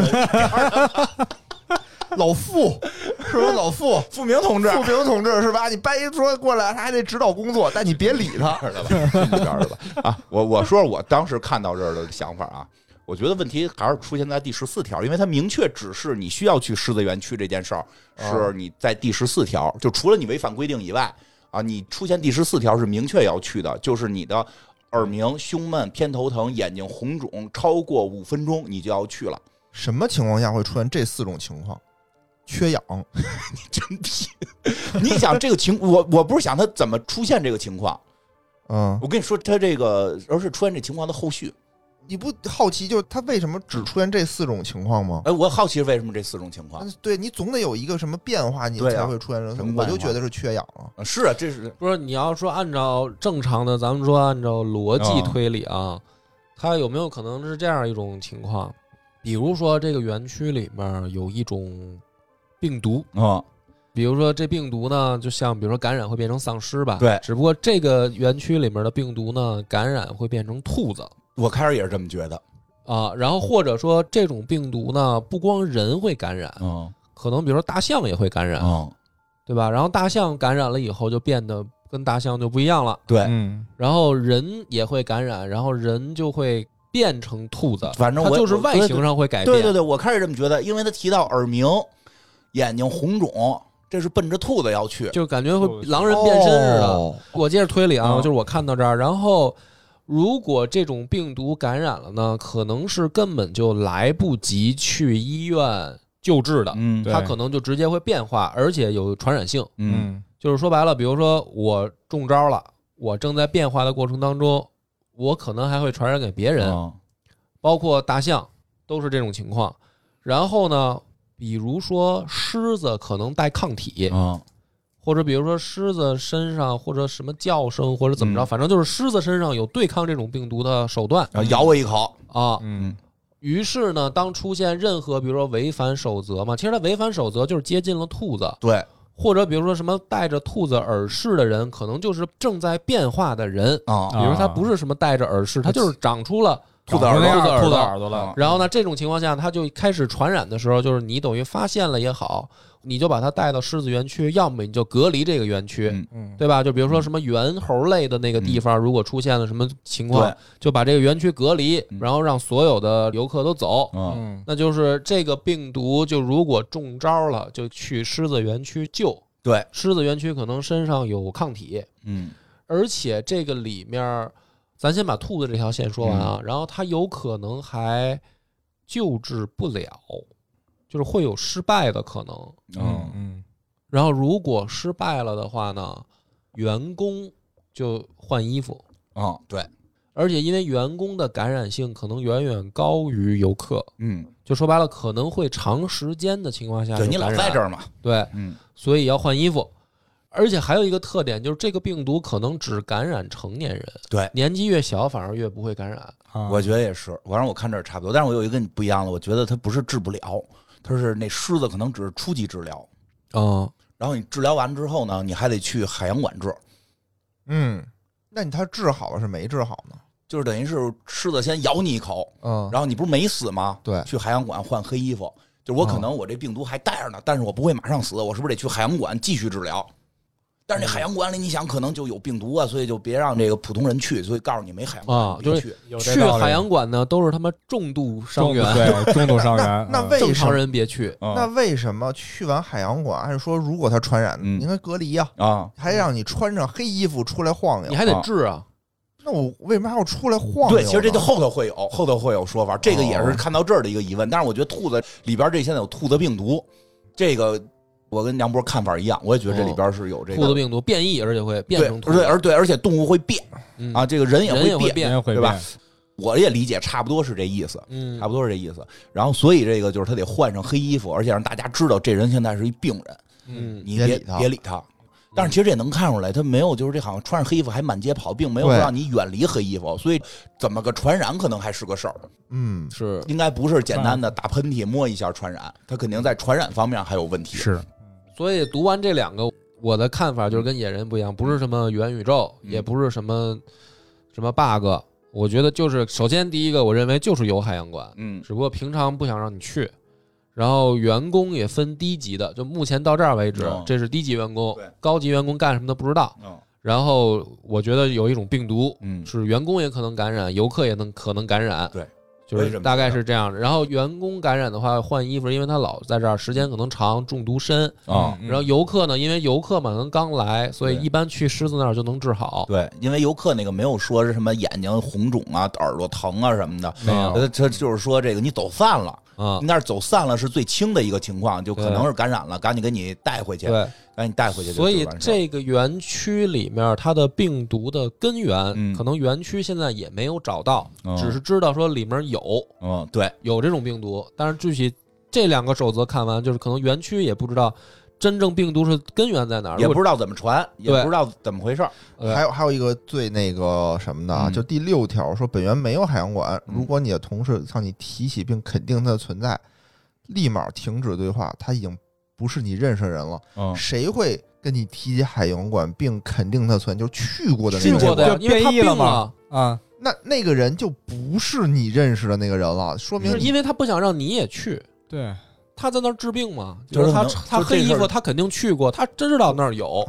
老傅是不是老傅？啊 傅明同志傅明同志是吧？你掰一桌过来，他还得指导工作，但你别理他。边儿啊的吧，一边儿的吧。啊，我我说说我当时看到这儿的想法啊，我觉得问题还是出现在第十四条，因为它明确指示你需要去狮子园区这件事儿，是你在第十四条，就除了你违反规定以外啊，你出现第十四条是明确要去的，就是你的耳鸣、胸闷、偏头疼、眼睛红肿超过五分钟，你就要去了。什么情况下会出现这四种情况？缺氧，真皮！你想这个情， 我我不是想他怎么出现这个情况，嗯，我跟你说，他这个而是出现这情况的后续。你不好奇就是他为什么只出现这四种情况吗？哎，我好奇是为什么这四种情况。对你总得有一个什么变化，啊你对啊才会出现这什四么种。变化我就觉得是缺氧了。啊，是啊，这是不是你要说按照正常的，咱们说按照逻辑推理啊，它有没有可能是这样一种情况？比如说这个园区里面有一种病毒，啊，比如说这病毒呢，就像比如说感染会变成丧尸吧，对只不过这个园区里面的病毒呢，感染会变成兔子我开始也是这么觉得。啊，然后或者说这种病毒呢，不光人会感染，嗯可能比如说大象也会感染，嗯，对吧？然后大象感染了以后就变得跟大象就不一样了。对，嗯，然后人也会感染，然后人就会变成兔子，反正它我就是外形上会改变。对对对，我开始这么觉得，因为他提到耳鸣、眼睛红肿，这是奔着兔子要去。就感觉会狼人变身似的。哦我接着推理啊，嗯就是我看到这儿，然后如果这种病毒感染了呢，可能是根本就来不及去医院救治的，嗯对它可能就直接会变化，而且有传染性。嗯嗯就是说白了，比如说我中招了，我正在变化的过程当中，我可能还会传染给别人。嗯包括大象都是这种情况。然后呢，比如说狮子可能带抗体，嗯或者比如说狮子身上或者什么叫声或者怎么着，嗯反正就是狮子身上有对抗这种病毒的手段然后咬我一口。啊。嗯于是呢，当出现任何比如说违反守则嘛，其实它违反守则就是接近了兔子，对或者比如说什么戴着兔子耳饰的人，可能就是正在变化的人。啊比如他啊不是什么戴着耳饰，他就是长出了兔子耳朵长出那样兔兔子子耳耳朵了，然后呢，这种情况下，它就开始传染的时候，就是你等于发现了也好，你就把它带到狮子园区，要么你就隔离这个园区，嗯嗯，对吧？就比如说什么猿猴类的那个地方，如果出现了什么情况，对就把这个园区隔离，嗯然后让所有的游客都走。嗯嗯那就是这个病毒，就如果中招了，就去狮子园区救。对，狮子园区可能身上有抗体，嗯而且这个嗯里面儿，咱先把兔子这条线说完啊，然后它有可能还救治不了，就是会有失败的可能。嗯嗯然后如果失败了的话呢，员工就换衣服，嗯，对，而且因为员工的感染性可能远远高于游客，嗯，就说白了，可能会长时间的情况下对就你老感染在这儿嘛，对，嗯所以要换衣服。而且还有一个特点就是，这个病毒可能只感染成年人，对年纪越小反而越不会感染。啊，我觉得也是，反正我看这儿差不多，但是我有一个不一样的，我觉得它不是治不了，它是那狮子可能只是初级治疗，嗯，然后你治疗完之后呢，你还得去海洋馆治，嗯，那你他治好了是没治好呢？就是等于是狮子先咬你一口，嗯，然后你不是没死吗？对去海洋馆换黑衣服，就是我可能我这病毒还带着呢，但是我不会马上死，我是不是得去海洋馆继续治疗？但是那海洋馆里，你想可能就有病毒啊，所以就别让这个普通人去，所以告诉你没海洋馆啊你别就是去。有这去道理海洋馆呢都是他妈重度伤重员，对重度伤员呃那，那嗯为正什常么？人别去。那啊为什么去完海洋馆，还是说如果他传染，嗯你应该隔离呀、啊，还让你穿上黑衣服出来晃你悠？还得治哦啊，那我为什么还要出来晃悠呢？对，其实这就后头会有，后头会有说法，这个也是哦看到这儿的一个疑问。但是我觉得兔子里边这现在有兔子病毒，这个我跟梁博看法一样，我也觉得这里边是有这兔子个。病毒变异，而且会变对，成兔对，子而对，而且动物会变嗯啊，这个人也人也会会变，变，人会对吧变？我也理解，差不多是这意思。嗯差，不多是这意思。然后，所以这个就是他得换上黑衣服，而且让大家知道这人现在是一病人，嗯，你别别理他别理他。但是其实这也能看出来，他没有就是这好像穿上黑衣服还满街跑，并没有对说让你远离黑衣服，所以怎么个传染可能还是个事儿，嗯，是应该不是简单的打喷嚏摸一下传染，他肯定在传染方面还有问题。是所以读完这两个，我的看法就是跟野人不一样，不是什么元宇宙，嗯也不是什么什么 bug。我觉得就是，首先第一个，我认为就是有海洋馆，嗯只不过平常不想让你去。然后员工也分低级的，就目前到这儿为止嗯，这是低级员工对，高级员工干什么的不知道。嗯然后我觉得有一种病毒，嗯是员工也可能感染，游客也能可能感染。对，就我也这是么大概觉得是这样。然后员工感染的话，换衣服，因为他老在这儿，时间可能长，中毒深。啊，然后游客呢，因为游客嘛，可能刚来，所以对一般去狮子那儿就能治好。对，因为游客那个没有说是什么眼睛红肿啊、耳朵疼啊什么的，没有他他就是说这个你走散了。啊，应该是走散了是最轻的一个情况，就可能是感染了，赶紧给你带回去，对，赶紧带回去就所以就完事儿这个园区里面，它的病毒的根源，嗯可能园区现在也没有找到，嗯只是知道说里面有嗯，对，有这种病毒，但是具体这两个守则看完，就是可能园区也不知道真正病毒是根源在哪儿，也不如呃知道怎么传，也对不知道怎么回事儿果还有还有一个最那个什么的啊，呃嗯就第六条说，本源没有海洋馆，嗯如果你的同事向你提起并肯定它的存在，立马停止对话，他已经不是你认识的人了。嗯谁会跟你提及海洋馆并肯定它存在？就是去过的那去个过人，的呀，就因为他变异病了嘛啊，那那个人就不是你认识的那个人了，说就嗯明是你因为他不想让你也去。对，他在那儿治病嘛，就是他可能他就这黑衣事服，儿他肯定去过，他知道那儿有，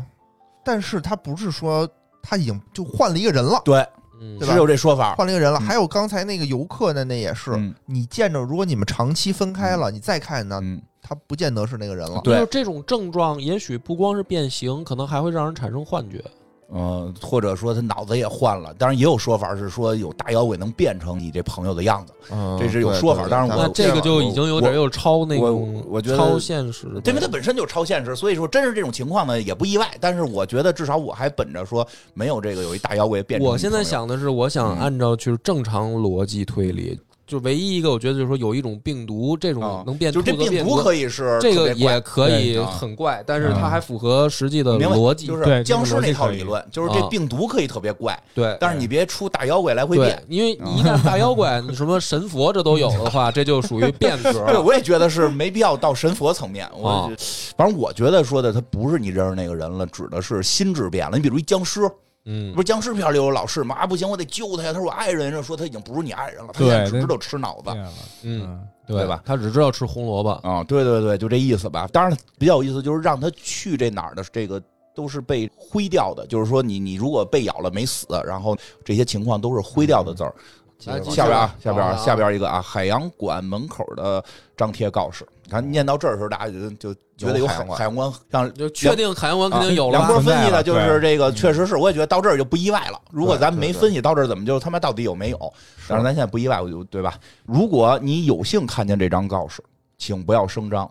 但是他不是说他已经就换了一个人了，对，嗯对，吧是有这说法，换了一个人了。嗯还有刚才那个游客呢，那也是，嗯你见着，如果你们长期分开了，你再看呢，嗯，他不见得是那个人了。对就是这种症状，也许不光是变形，可能还会让人产生幻觉。呃，或者说他脑子也换了，当然也有说法是说有大妖怪能变成你这朋友的样子，嗯这是有说法对对当然对那啊我这个就已经有点我又超那我种我觉得超现实的，因为它本身就超现实，所以说真是这种情况呢也不意外，但是我觉得至少我还本着说没有这个有一大妖怪变成我你现在朋友想的是，我想嗯按照就是正常逻辑推理，就唯一一个我觉得就是说有一种病毒这种啊能变兔就子这的病变毒毒，可以是这特个别怪也可以对啊很怪，但是嗯它还符合实际的明白逻辑就，对是这僵个尸逻那辑套可以理论，就是这啊病毒可以特别怪，对。但是你别出大妖怪来回对变。，嗯因为你一旦大妖怪、你什么神佛这都有的话，这就属于变格对， 了。我也觉得是没必要到神佛层面。我、啊反正我觉得说的他不是你认识那个人了，指的是心智变了。你比如一僵尸，嗯不，是僵尸片里有老师吗？啊，不行，我得救他呀。他说我爱人，说他已经不是你爱人了，他现对在只对知道吃脑子变。了，嗯，嗯，对对吧？他只知道吃红萝卜，啊、对对对，就这意思吧。当然比较有意思，就是让他去这哪儿的这个都是被灰掉的，就是说你你如果被咬了没死，然后这些情况都是灰掉的字儿。接着来往继续下边啊，往下边啊，往哪儿下边一个啊，海洋馆门口的张贴告示。看念到这儿的时候，大家就就觉嗯得有有海海洋馆海洋馆让就确定海洋馆肯定有了梁吧波啊分析的就存在是了这个，对确实是，我也觉得到这儿就不意外了。如果对咱们没对对分析到这儿，怎么就他妈到底有没有？但是咱现在不意外，我就对吧？如果你有幸看见这张告示，请不要声张，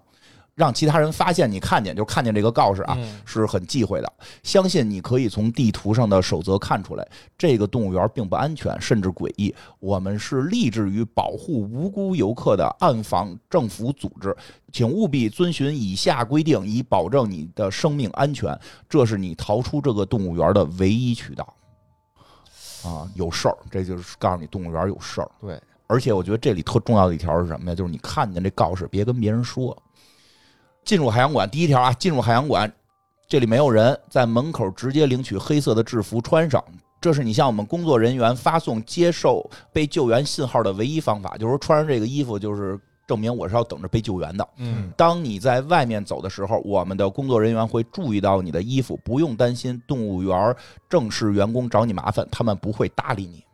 让其他人发现你看见，就看见这个告示啊，嗯是很忌讳的。相信你可以从地图上的守则看出来，这个动物园并不安全，甚至诡异。我们是立志于保护无辜游客的暗访政府组织，请务必遵循以下规定，以保证你的生命安全。这是你逃出这个动物园的唯一渠道。啊，有事儿，这就是告诉你动物园有事儿。对，而且我觉得这里特重要的一条是什么呀？就是你看见这告示，别跟别人说。进入海洋馆，第一条啊，进入海洋馆，这里没有人，在门口直接领取黑色的制服穿上。这是你向我们工作人员发送接受被救援信号的唯一方法，就是说穿上这个衣服，就是证明我是要等着被救援的。嗯当你在外面走的时候，我们的工作人员会注意到你的衣服，不用担心动物园正式员工找你麻烦，他们不会搭理你，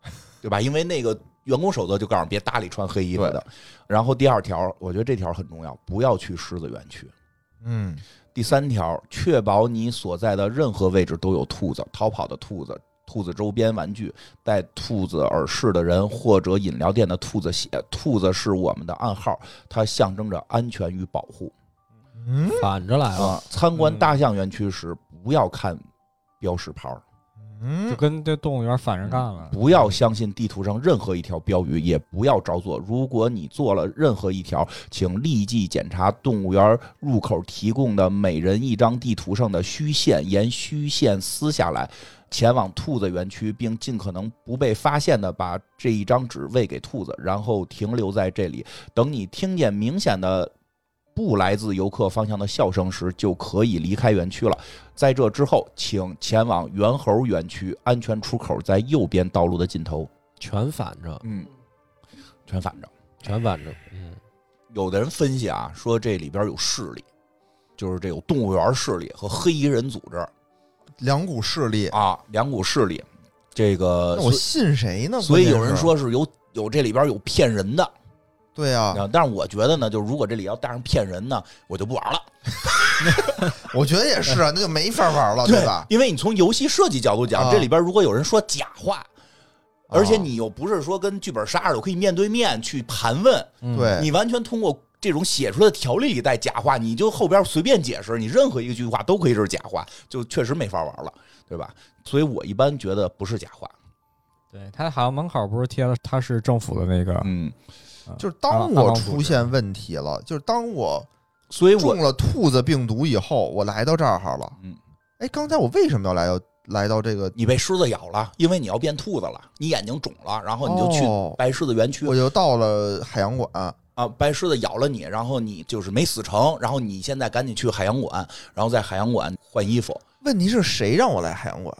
对吧？因为那个员工守则就告诉你别搭理穿黑衣服的。然后第二条，我觉得这条很重要，不要去狮子园区。嗯，第三条，确保你所在的任何位置都有兔子，逃跑的兔子、兔子周边玩具、带兔子耳饰的人或者饮料店的兔子血。兔子是我们的暗号，它象征着安全与保护。嗯反着来了，啊，参观大象园区时不要看标识牌儿，就嗯，跟这动物园反着干了。不要相信地图上任何一条标语，也不要照做。如果你做了任何一条，请立即检查动物园入口提供的每人一张地图上的虚线，沿虚线撕下来。前往兔子园区，并尽可能不被发现的把这一张纸喂给兔子，然后停留在这里。等你听见明显的不来自游客方向的笑声时，就可以离开园区了。在这之后，请前往猿猴园区，安全出口在右边道路的尽头。全反着，嗯，全反着。全反着，嗯，有的人分析啊，说这里边有势力，就是这有动物园势力和黑衣人组啊织两股势力，啊，两股势力。这个那我所信谁呢？以，所以有关人键是，说是有有这里边有骗人的，对啊，啊但是我觉得呢，就是如果这里要带上骗人呢，我就不玩了，我觉得也是啊，那就没法玩了，对吧？因为你从游戏设计角度讲，啊这里边如果有人说假话，啊而且你又不是说跟剧本杀似的，我可以面对面去盘问，嗯，对，你完全通过这种写出来的条例里带假话，你就后边随便解释，你任何一个句话都可以是假话，就确实没法玩了，对吧？所以我一般觉得不是假话，对，它好像门口不是贴了，它是政府的那个，嗯，就是当我出现问题了，就是当我所以哎我中了兔子病毒以后，我来到这儿了。嗯，哎，刚才我为什么要来到来到这个？你被狮子咬了，因为你要变兔子了，你眼睛肿了，然后你就哦去白狮子园区、我就到了海洋馆，啊，白狮子咬了你，然后你就是没死成，然后你现在赶紧去海洋馆，然后在海洋馆换衣服，问题是谁让我来海洋馆？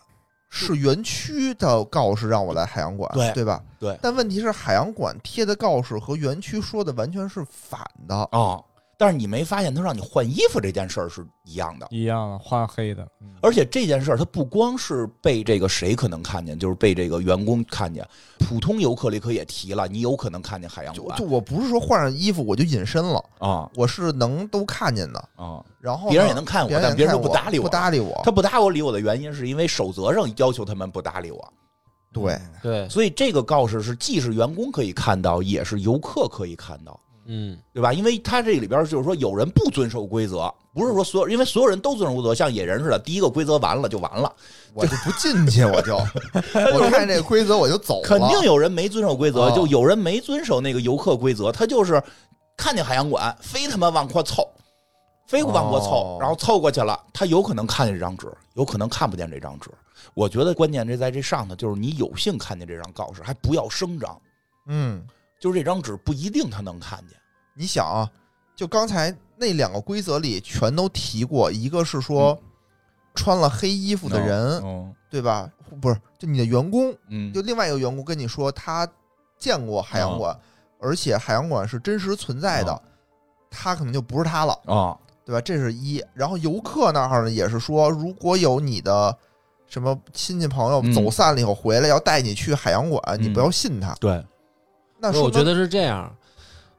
是园区的告示让我来海洋馆，对吧？对但问题是，海洋馆贴的告示和园区说的完全是反的。啊，但是你没发现他让你换衣服这件事儿是一样的。一样的画黑的，嗯而且这件事儿，它不光是被这个谁可能看见，就是被这个员工看见，普通游客里可也提了，你有啊可能看见海洋就馆就我不是说换上衣服我就隐身了，啊我是能都看见的。啊，然后呢别人也能看我，哦别人但别人都看不搭理不我。搭理我。他不搭我理我的原因，是因为守则上要求他们不搭理我，对，对，所以这个告示是既是员工可以看到，也是游客可以看到。嗯，对吧？因为他这里边就是说，有人不遵守规则，不是说所有，因为所有人都遵守规则，像野人似的，第一个规则完了就完了，我就不进去，我 就我看这规则我就走了。肯定有人没遵守规则，哦就有人没遵守那个游客规则，他就是看见海洋馆，非他妈往过凑，非往过凑，哦然后凑过去了，他有可能看见这张纸，有可能看不见这张纸。我觉得关键这在这上头，就是你有幸看见这张告示，还不要声张，嗯，就是这张纸不一定他能看见。你想啊，就刚才那两个规则里全都提过，一个是说穿了黑衣服的人，嗯对吧？不是，就你的员工，嗯就另外一个员工跟你说他见过海洋馆，而且海洋馆是真实存在的，哦他可能就不是他了。啊对吧？这是一。然后游客那儿呢也是说，如果有你的什么亲戚朋友嗯走散了以后回来要带你去海洋馆，你嗯不要信他。对，那所以说我觉明得是这样，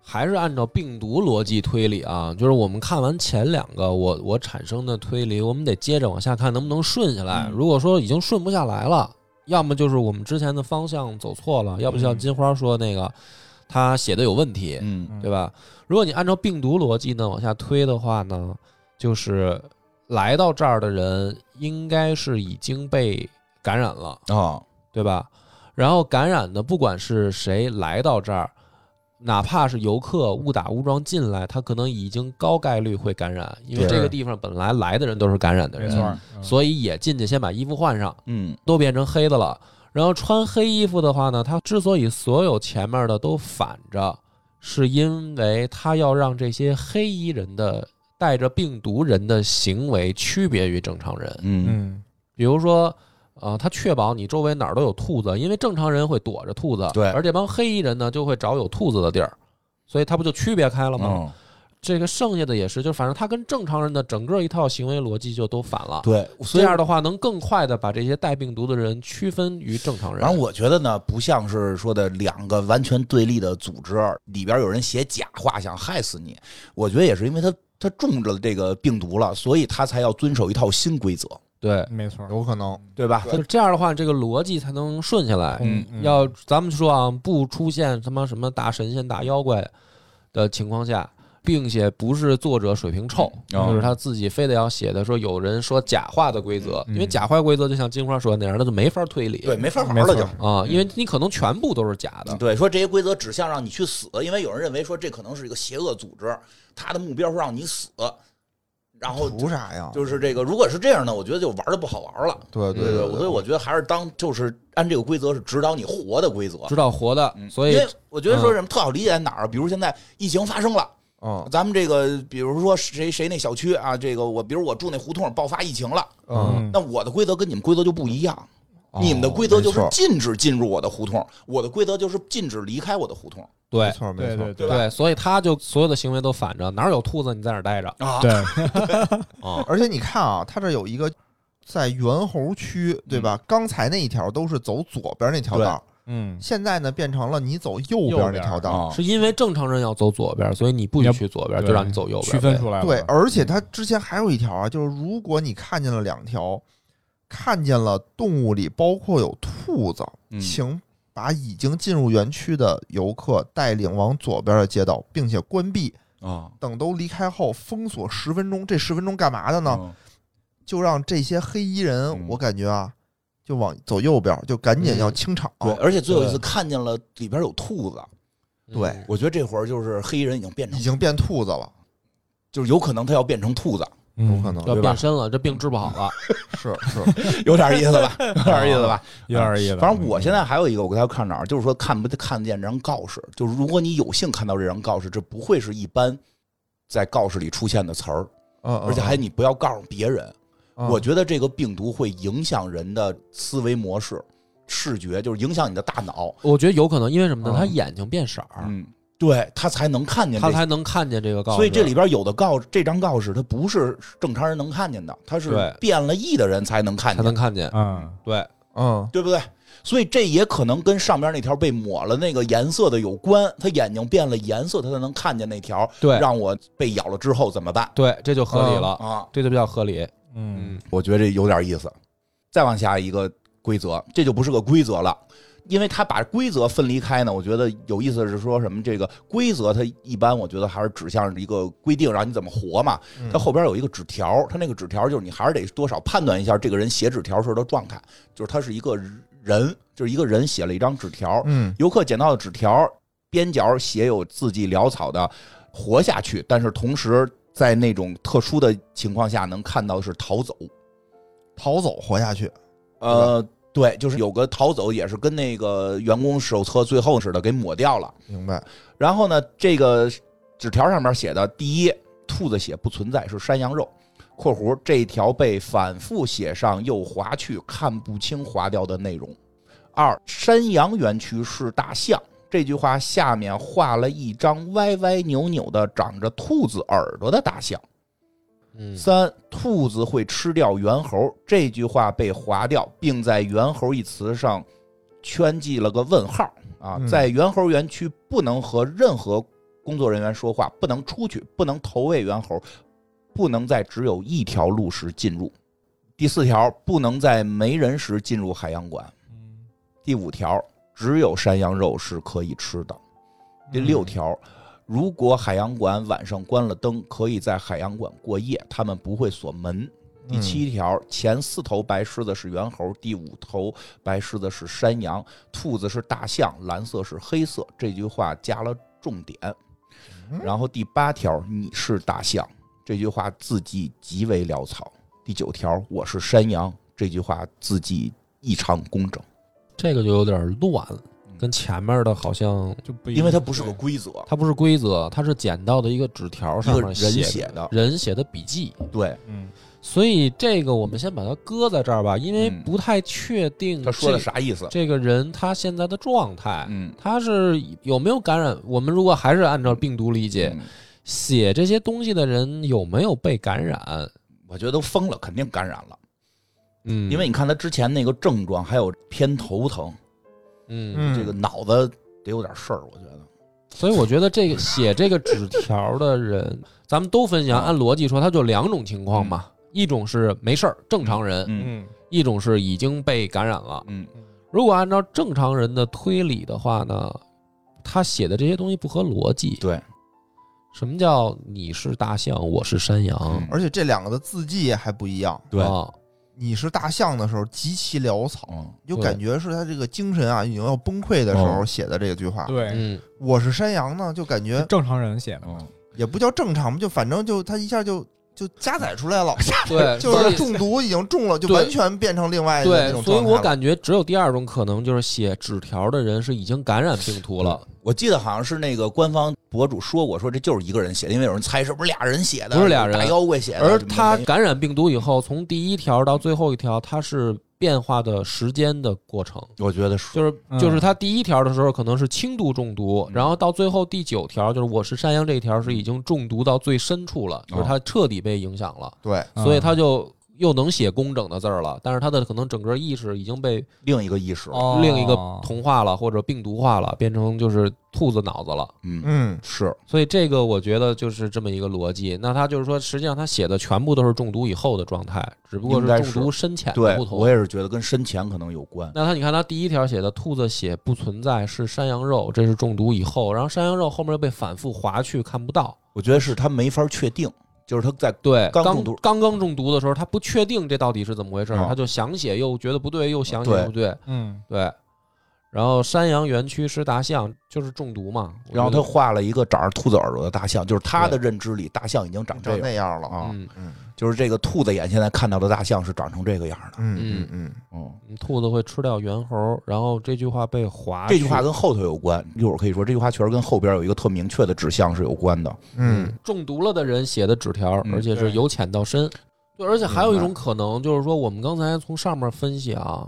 还是按照病毒逻辑推理啊，就是我们看完前两个，我我产生的推理，我们得接着往下看能不能顺下来。嗯如果说已经顺不下来了，要么就是我们之前的方向走错了，要不像嗯金花说那个，他写的有问题，嗯对吧？如果你按照病毒逻辑呢往下推的话呢，就是来到这儿的人应该是已经被感染了。啊，对吧？然后感染的，不管是谁来到这儿，哪怕是游客误打误撞进来，他可能已经高概率会感染，因为对这个地方本来来的人都是感染的没人，错儿，嗯以所以也进去先把衣服换上，嗯都变成黑的了。然后穿黑衣服的话呢，他之所以所有前面的都反着，是因为他要让这些黑衣人的带着病毒人的行为区别于正常人。嗯嗯，比如说，呃，他确保你周围哪儿都有兔子，因为正常人会躲着兔子，对而这帮黑衣人呢就会找有兔子的地儿，所以他不就区别开了吗？嗯，这个剩下的也是，就反正他跟正常人的整个一套行为逻辑就都反了。对，这所以样的话，能更快的把这些带病毒的人区分于正常人。反正我觉得呢，不像是说的两个完全对立的组织里边有人写假话想害死你，我觉得也是因为他他中了这个病毒了，所以他才要遵守一套新规则，对，没错儿，有可能对吧？就这样的话，这个逻辑才能顺下来。嗯要咱们说啊，不出现他妈什么大神仙、大妖怪的情况下，并且不是作者水平臭，哦就是他自己非得要写的说有人说假话的规则，嗯因为假话规则就像金花说的那样，那就没法推理。对，嗯没法玩没了错就。嗯啊，因为你可能全部都是假的。对，说这些规则指向让你去死，因为有人认为说这可能是一个邪恶组织，他的目标是让你死，然后图啥呀？就是这个，如果是这样呢，我觉得就玩的不好玩了。对对对对，所以我觉得还是当就是按这个规则是指导你活的规则，知道活的，所以嗯因为我觉得说什么特好理解在哪儿，比如现在疫情发生了，嗯咱们这个比如说谁谁那小区啊，这个我比如我住那胡同爆发疫情了，嗯，那我的规则跟你们规则就不一样，哦你们的规则就是没错禁止进入我的胡同，我的规则就是禁止离开我的胡同。对没错没对错对，对吧对，所以他就所有的行为都反着，哪儿有兔子你在哪儿待着啊，对，啊。而且你看啊，它这有一个在猿猴区，对吧？刚才那一条都是走左边那条对道， 嗯，现在呢变成了你走右边那条道。啊，是因为正常人要走左边，所以你不允许左边，对就让你走右边呗。区分出来了，对，而且它之前还有一条啊，就是如果你看见了两条，看见了动物里包括有兔子，嗯请把已经进入园区的游客带领往左边的街道，并且关闭。啊，等都离开后，封锁十分钟。这十分钟干嘛的呢？嗯就让这些黑衣人，嗯我感觉啊，就往走右边，就赶紧要清场。对，而且最后一次看见了里边有兔子，对嗯我觉得这会儿就是黑衣人已经变成已，经变兔子了，就是有可能他要变成兔子，嗯有可能要对吧变身了，这病治不好了。是 是，有点意思吧？啊有点意思吧？有点意思。反正我现在还有一个，我刚才看哪儿，就是说看不看得见这张告示，就是如果你有幸看到这张告示，这不会是一般在告示里出现的词儿，嗯，而且还你不要告诉别人。嗯我觉得这个病毒会影响人的思维模式、视觉，就是影响你的大脑。我觉得有可能，因为什么呢？嗯他眼睛变色儿，嗯，对他才能看见这他些。才能看见这个告示。所以这里边有的告这张告示，它不是正常人能看见的，它是对变了异的人才能看才见，能看见。嗯，对，嗯对不对？所以这也可能跟上边那条被抹了那个颜色的有关，他眼睛变了颜色，他才能看见那条。对让我被咬了之后怎么办对，这就合理了，啊？这就比较合理。嗯，我觉得这有点意思。再往下一个规则，这就不是个规则了，因为他把规则分离开呢。我觉得有意思的是说什么？这个规则它一般我觉得还是指向一个规定，让你怎么活嘛。它后边有一个纸条，它那个纸条就是你还是得多少判断一下这个人写纸条时候的状态，就是他是一个人，就是一个人写了一张纸条，嗯游客捡到的纸条边角写有字迹潦草的“活下去”，但是同时在那种特殊的情况下能看到的是逃走。逃走活下去。呃，对，就是有个逃走也是跟那个员工手册最后似的给抹掉了。明白，然后呢，这个纸条上面写的第一，兔子血不存在，是山羊肉。（括弧这一条被反复写上又划去，看不清划掉的内容。）二，山羊园区是大象。这句话下面画了一张歪歪扭扭的、长着兔子耳朵的大象。嗯三，兔子会吃掉猿猴，这句话被划掉，并在“猿猴”一词上圈记了个问号啊嗯！在猿猴园区不能和任何工作人员说话，不能出去，不能投喂猿猴，不能在只有一条路时进入。第四条，不能在没人时进入海洋馆。嗯第五条，只有山羊肉是可以吃的。第嗯六条，如果海洋馆晚上关了灯，可以在海洋馆过夜，他们不会锁门。第嗯七条，前四头白狮子是猿猴，第五头白狮子是山羊，兔子是大象，蓝色是黑色。这句话加了重点。嗯然后第八条，你是大象，这句话字迹极为潦草。第九条，我是山羊，这句话字迹异常工整。这个就有点乱，嗯跟前面的好像就不一因为它样不是个规则，它不是规则，它是捡到的一个纸条一上个面人写写的，人写的笔记，对，嗯所以这个我们先把它搁在这儿吧，因为嗯不太确定他说的嗯这啥意思？这个人他现在的状态，嗯，他是有没有感染？我们如果还是按照病毒理解，嗯写这些东西的人有没有被感染？我觉得都疯了，肯定感染了，嗯，因为你看他之前那个症状，还有偏头疼，嗯，这个脑子得有点事儿，我觉得。所以我觉得这个写这个纸条的人，咱们都分享，嗯按逻辑说，他就两种情况嗯嘛，一种是没事儿正常人，嗯嗯一种是已经被感染了。嗯，如果按照正常人的推理的话呢，他写的这些东西不合逻辑。对，什么叫你是大象，我是山羊？嗯而且这两个的字迹还不一样。对啊你是大象的时候极其潦草，嗯，你就感觉是他这个精神啊已经要崩溃的时候嗯写的这句话。对， 嗯，我是山羊呢，就感觉正常人写的嘛，嗯也不叫正常，就反正就他一下就就加载出来了，对， 就所是以中毒已经中了，就对完全变成另外的那对，种所以状态我了感觉只有第二种可能，就是写纸条的人是已经感染病毒了，我记得好像是那个官方博主说过，说这就是一个人写的，因为有人猜是不是俩人写的，不是俩人大妖怪写的，而什么他的感染病毒以后，从第一条到最后一条，它是变化的时间的过程。我觉得是就是嗯就是他第一条的时候可能是轻度中毒，嗯然后到最后第九条就是我是山羊这一条是已经中毒到最深处了，就嗯是他彻底被影响了，对，嗯所以他就又能写工整的字儿了，但是他的可能整个意识已经被另一个意识了，哦另一个同化了或者病毒化了，变成就是兔子脑子了。嗯，嗯，是所以这个我觉得就是这么一个逻辑。那他就是说，实际上他写的全部都是中毒以后的状态，只不过应该是是中毒深浅的对哎不，同我。也是觉得跟深浅可能有关，那他你看他第一条写的兔子血不存在是山羊肉，这是中毒以后，然后山羊肉后面又被反复划去看不到。我觉得是他没法确定，就是他在对，刚刚中毒刚刚中毒的时候，他不确定这到底是怎么回事，啊他就想写又觉得不对，又想写对不对，嗯对。然后山羊园区吃大象就是中毒嘛，我然后觉他得画了一个长着兔子耳朵的大象，就是他的认知里，大象已经长这长样那样了啊嗯嗯就是这个兔子眼现在看到的大象是长成这个样的。嗯嗯嗯，嗯，兔子会吃掉猿猴，然后这句话被划这句话去跟后头有关，一会儿可以说这句话确实跟后边有一个特明确的指向是有关的。嗯，中毒了的人写的纸条，嗯而且是对由浅到深。对，而且还有一种明可能就是说，我们刚才从上面分析啊，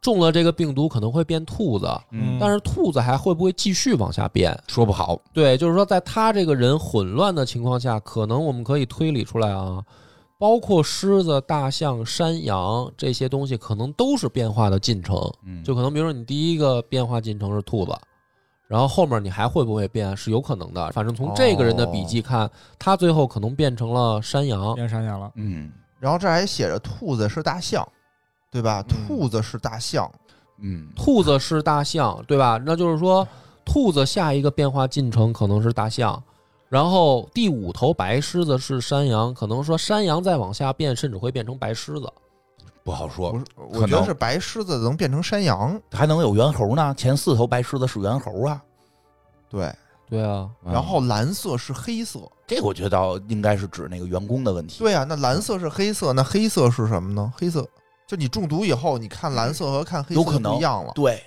中了这个病毒可能会变兔子，嗯但是兔子还会不会继续往下变？说不好，对，就是说，在他这个人混乱的情况下，可能我们可以推理出来啊，包括狮子、大象、山羊这些东西，可能都是变化的进程。嗯就可能比如说你第一个变化进程是兔子，然后后面你还会不会变是有可能的。反正从这个人的笔记看，他最后可能变成了山羊。变山羊了，嗯然后这还写着兔子是大象，对吧？嗯兔子是大象，嗯，兔子是大象，对吧？那就是说，兔子下一个变化进程可能是大象，然后第五头白狮子是山羊，可能说山羊再往下变，甚至会变成白狮子。不好不说，是，我觉得哦能是白狮子能变成山羊，还能有猿猴呢？前四头白狮子是猿猴啊，对，对啊，然后蓝色是黑色，这个我觉得应该是指那个员工的问题。对啊，那蓝色是黑色，那黑色是什么呢？黑色就你中毒以后，你看蓝色和看黑色有可能不一样了，对，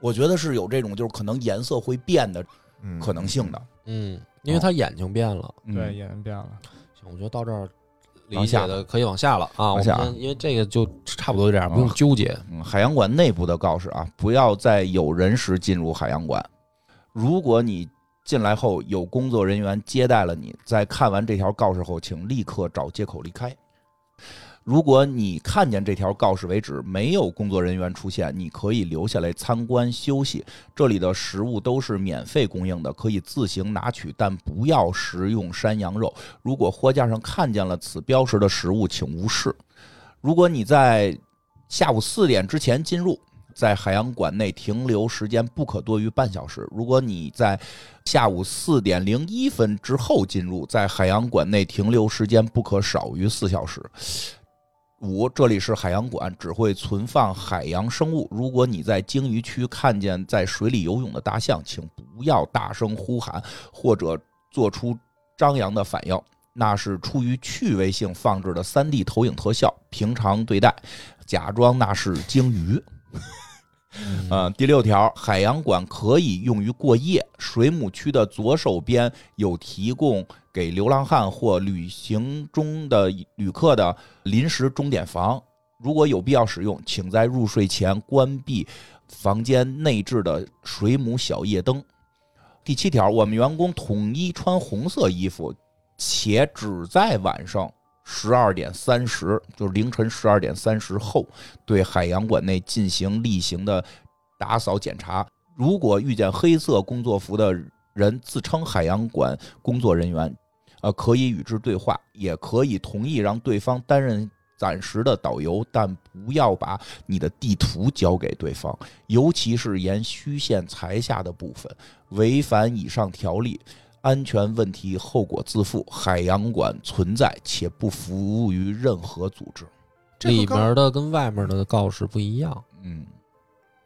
我觉得是有这种就是可能颜色会变的嗯可能性的。嗯，因为他眼睛变了。嗯对，，眼睛变了，行，我觉得到这儿理往解下的可以往下了啊。我往们下先因为这个就差不多这样，不啊用纠结。嗯，海洋馆内部的告示啊，不要在有人时进入海洋馆。如果你进来后有工作人员接待了你，在看完这条告示后，请立刻找借口离开。如果你看见这条告示为止没有工作人员出现，你可以留下来参观休息。这里的食物都是免费供应的，可以自行拿取，但不要食用山羊肉。如果货架上看见了此标识的食物，请无视。如果你在下午四点之前进入，在海洋馆内停留时间不可多于半小时。如果你在下午四点零一分之后进入，在海洋馆内停留时间不可少于四小时。五，这里是海洋馆，只会存放海洋生物。如果你在鲸鱼区看见在水里游泳的大象，请不要大声呼喊或者做出张扬的反应，那是出于趣味性放置的 3D 投影特效，平常对待，假装那是鲸鱼。呃，第六条，海洋馆可以用于过夜。水母区的左手边有提供给流浪汉或旅行中的旅客的临时钟点房，如果有必要使用，请在入睡前关闭房间内置的水母小夜灯。第七条，我们员工统一穿红色衣服，且只在晚上十二点三十，就是凌晨十二点三十后，对海洋馆内进行例行的打扫检查。如果遇见黑色工作服的人自称海洋馆工作人员，呃，可以与之对话，也可以同意让对方担任暂时的导游，但不要把你的地图交给对方，尤其是沿虚线裁下的部分。违反以上条例，安全问题后果自负。海洋馆存在且不服务于任何组织。这里个告面的跟外面的告示不一样。嗯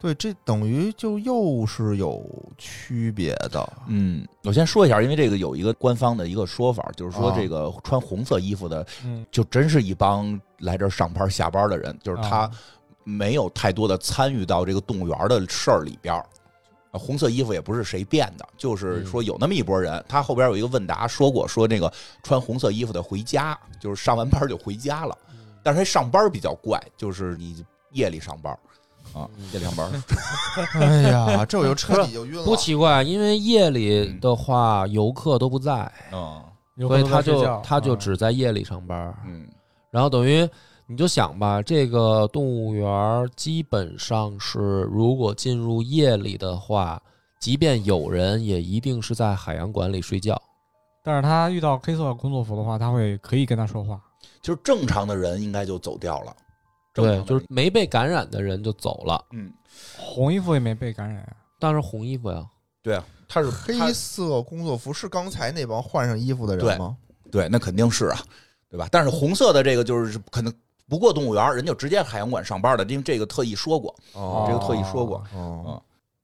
对，这等于就又是有区别的。嗯，我先说一下，因为这个有一个官方的一个说法，就是说啊这个穿红色衣服的，嗯，就真是一帮来这儿上班下班的人，就是他。啊没有太多的参与到这个动物园的事儿里边儿。呃红色衣服也不是谁变的，就是说有那么一拨人。他后边有一个问答说过，说那个穿红色衣服的回家，就是上完班就回家了。嗯但是他上班比较怪，就是你夜里上班啊，夜里上班。哎呀，这我就彻底就晕了。不奇怪，因为夜里的话游客都不在，嗯有所可以能在他睡就觉他就啊只在夜里上班。嗯然后等于你就想吧，这个动物园儿基本上是，如果进入夜里的话，即便有人，也一定是在海洋馆里睡觉。但是他遇到黑色工作服的话，他会可以跟他说话。就是正常的人应该就走掉了。正对，常的人就是没被感染的人就走了，嗯，红衣服也没被感染啊，但是红衣服呀，对啊，他是他黑色工作服是刚才那帮换上衣服的人吗？对，那肯定是啊，对吧？但是红色的这个就是可能不过动物园儿，人就直接海洋馆上班的，因为这个特意说过，哦这个特意说过。哦，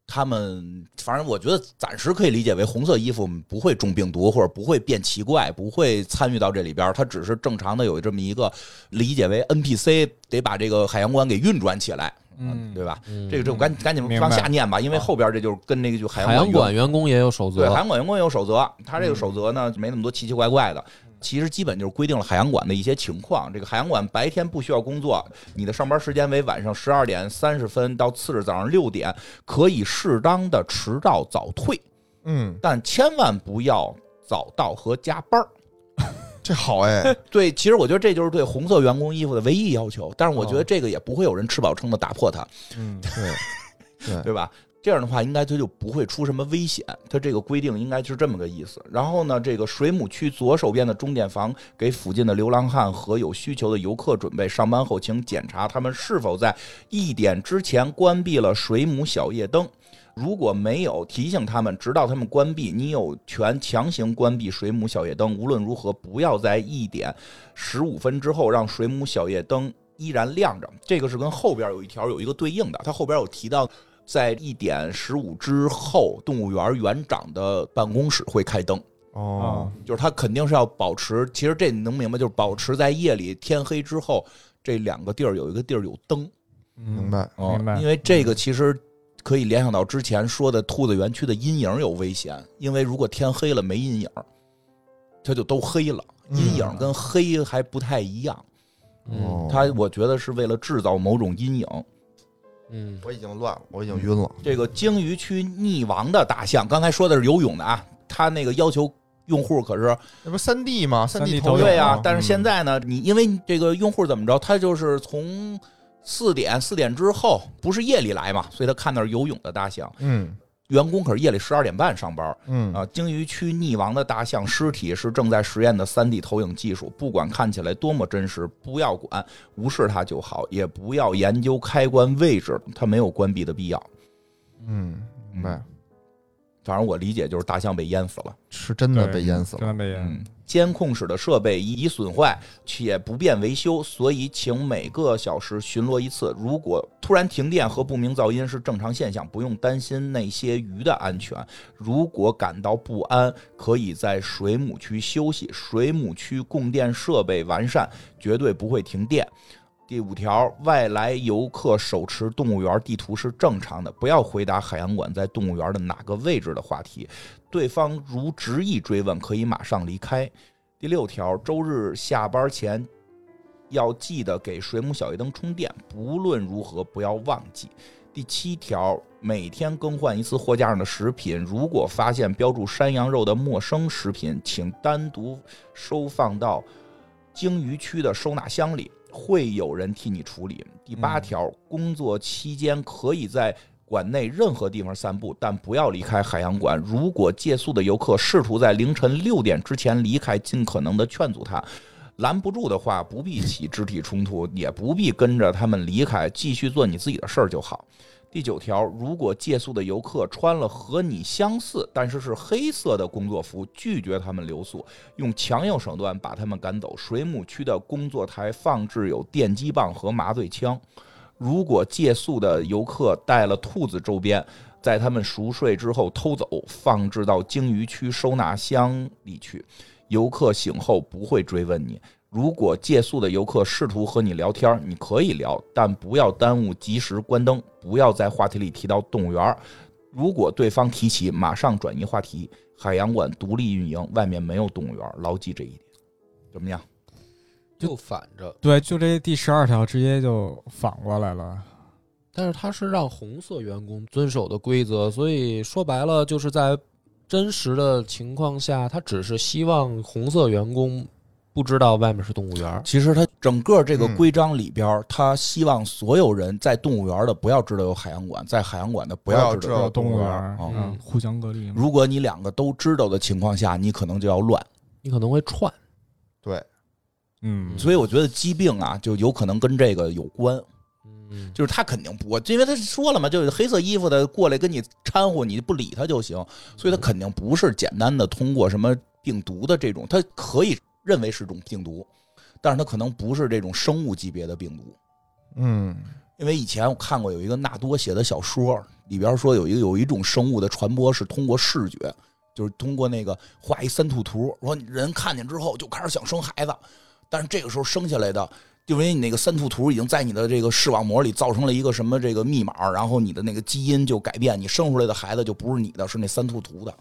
他们反正我觉得暂时可以理解为红色衣服不会中病毒，或者不会变奇怪，不会参与到这里边儿，他只是正常的有这么一个理解为 NPC 得把这个海洋馆给运转起来，嗯对吧？嗯、这个这我赶赶紧明白往下念吧，因为后边这就是跟那个就海洋海洋馆馆员工也有守对，海则，嗯洋馆员工也有守则，他这个守则呢没那么多奇奇怪怪的，其实基本就是规定了海洋馆的一些情况。这个海洋馆白天不需要工作，你的上班时间为晚上十二点三十分到次日早上六点，可以适当的迟到早退，嗯，但千万不要早到和加班儿。这好哎，对，其实我觉得这就是对红色员工衣服的唯一要求，但是我觉哦得这个也不会有人吃饱撑的打破它。嗯，对对，对吧？这样的话，应该它就不会出什么危险。它这个规定应该是这么个意思。然后呢，这个水母区左手边的钟点房给附近的流浪汉和有需求的游客准备。上班后，请检查他们是否在一点之前关闭了水母小夜灯。如果没有提醒他们，直到他们关闭，你有权强行关闭水母小夜灯。无论如何，不要在一点十五分之后让水母小夜灯依然亮着。这个是跟后边有一条有一个对应的，它后边有提到，在一点十五之后，动物园园长的办公室会开灯。哦啊，，就是他肯定是要保持，其实这你能明白，就是保持在夜里天黑之后，这两个地儿有一个地儿有灯，明明。白。哦明白因为这个其实可以联想到之前说的兔子园区的阴影有危险，因为如果天黑了没阴影，它就都黑了。嗯阴影跟黑还不太一样，嗯哦它我觉得是为了制造某种阴影。嗯，我已经乱了，我已经晕了。这个鲸鱼区溺亡的大象，刚才说的是游泳的啊，他那个要求用户可是那不三 D 吗？三 3D 投都有嗯对影呀、吗啊但是现在呢，你因为你这个用户怎么着，他就是从四点四点之后不是夜里来嘛，所以他看那儿游泳的大象。嗯员工可是夜里十二点半上班嗯啊。鲸鱼区溺亡的大象尸体是正在实验的三 D 投影技术，不管看起来多么真实，不要管，无视它就好，也不要研究开关位置，它没有关闭的必要。嗯，明白，反正我理解就是大象被淹死了。是真的被淹死真了。的被淹。嗯，监控室的设备已损坏且不便维修，所以请每个小时巡逻一次。如果突然停电和不明噪音是正常现象，不用担心那些鱼的安全。如果感到不安，可以在水母区休息，水母区供电设备完善，绝对不会停电。第五条，外来游客手持动物园地图是正常的，不要回答海洋馆在动物园的哪个位置的话题。对方如执意追问，可以马上离开。第六条，周日下班前要记得给水母小夜灯充电，不论如何不要忘记。第七条，每天更换一次货架上的食品，如果发现标注山羊肉的陌生食品，请单独收放到鲸鱼区的收纳箱里，会有人替你处理。第八条，工作期间可以在馆内任何地方散步，但不要离开海洋馆。如果借宿的游客试图在凌晨六点之前离开，尽可能的劝阻他。拦不住的话，不必起肢体冲突，也不必跟着他们离开，继续做你自己的事儿就好。第九条，如果借宿的游客穿了和你相似但是是黑色的工作服，拒绝他们留宿，用强硬手段把他们赶走。水母区的工作台放置有电击棒和麻醉枪。如果借宿的游客带了兔子周边，在他们熟睡之后偷走，放置到鲸鱼区收纳箱里去。游客醒后不会追问你。如果借宿的游客试图和你聊天，你可以聊，但不要耽误及时关灯，不要在话题里提到动物园。如果对方提起，马上转移话题。海洋馆独立运营，外面没有动物园，牢记这一点。怎么样？就反着，对，就这第十二条直接就反过来了。但是它是让红色员工遵守的规则，所以说白了就是在真实的情况下，他只是希望红色员工不知道外面是动物园儿。其实他整个这个嗯规章里边，他希望所有人在动物园的不要知道有海洋馆，在海洋馆的不要知知道道。有动动物园园，哦嗯，互相隔离嘛。如果你两个都知道的情况下，你可能就要乱。你可能会串，对，嗯，所以我觉得疾病啊，就有可能跟这个有关。嗯，就是他肯定不，我因为他说了嘛，就是黑色衣服的过来跟你掺和，你不理他就行，所以他肯定不是简单的通过什么病毒的这种，他可以认为是种病毒，但是他可能不是这种生物级别的病毒。嗯因为以前我看过有一个纳多写的小说，里边说有一个有一种生物的传播是通过视觉，就是通过那个画一三兔图，说人看见之后就开始想生孩子，但是这个时候生下来的，就因为你那个三兔图已经在你的这个视网膜里造成了一个什么这个密码，然后你的那个基因就改变，你生出来的孩子就不是你的，是那三兔图的。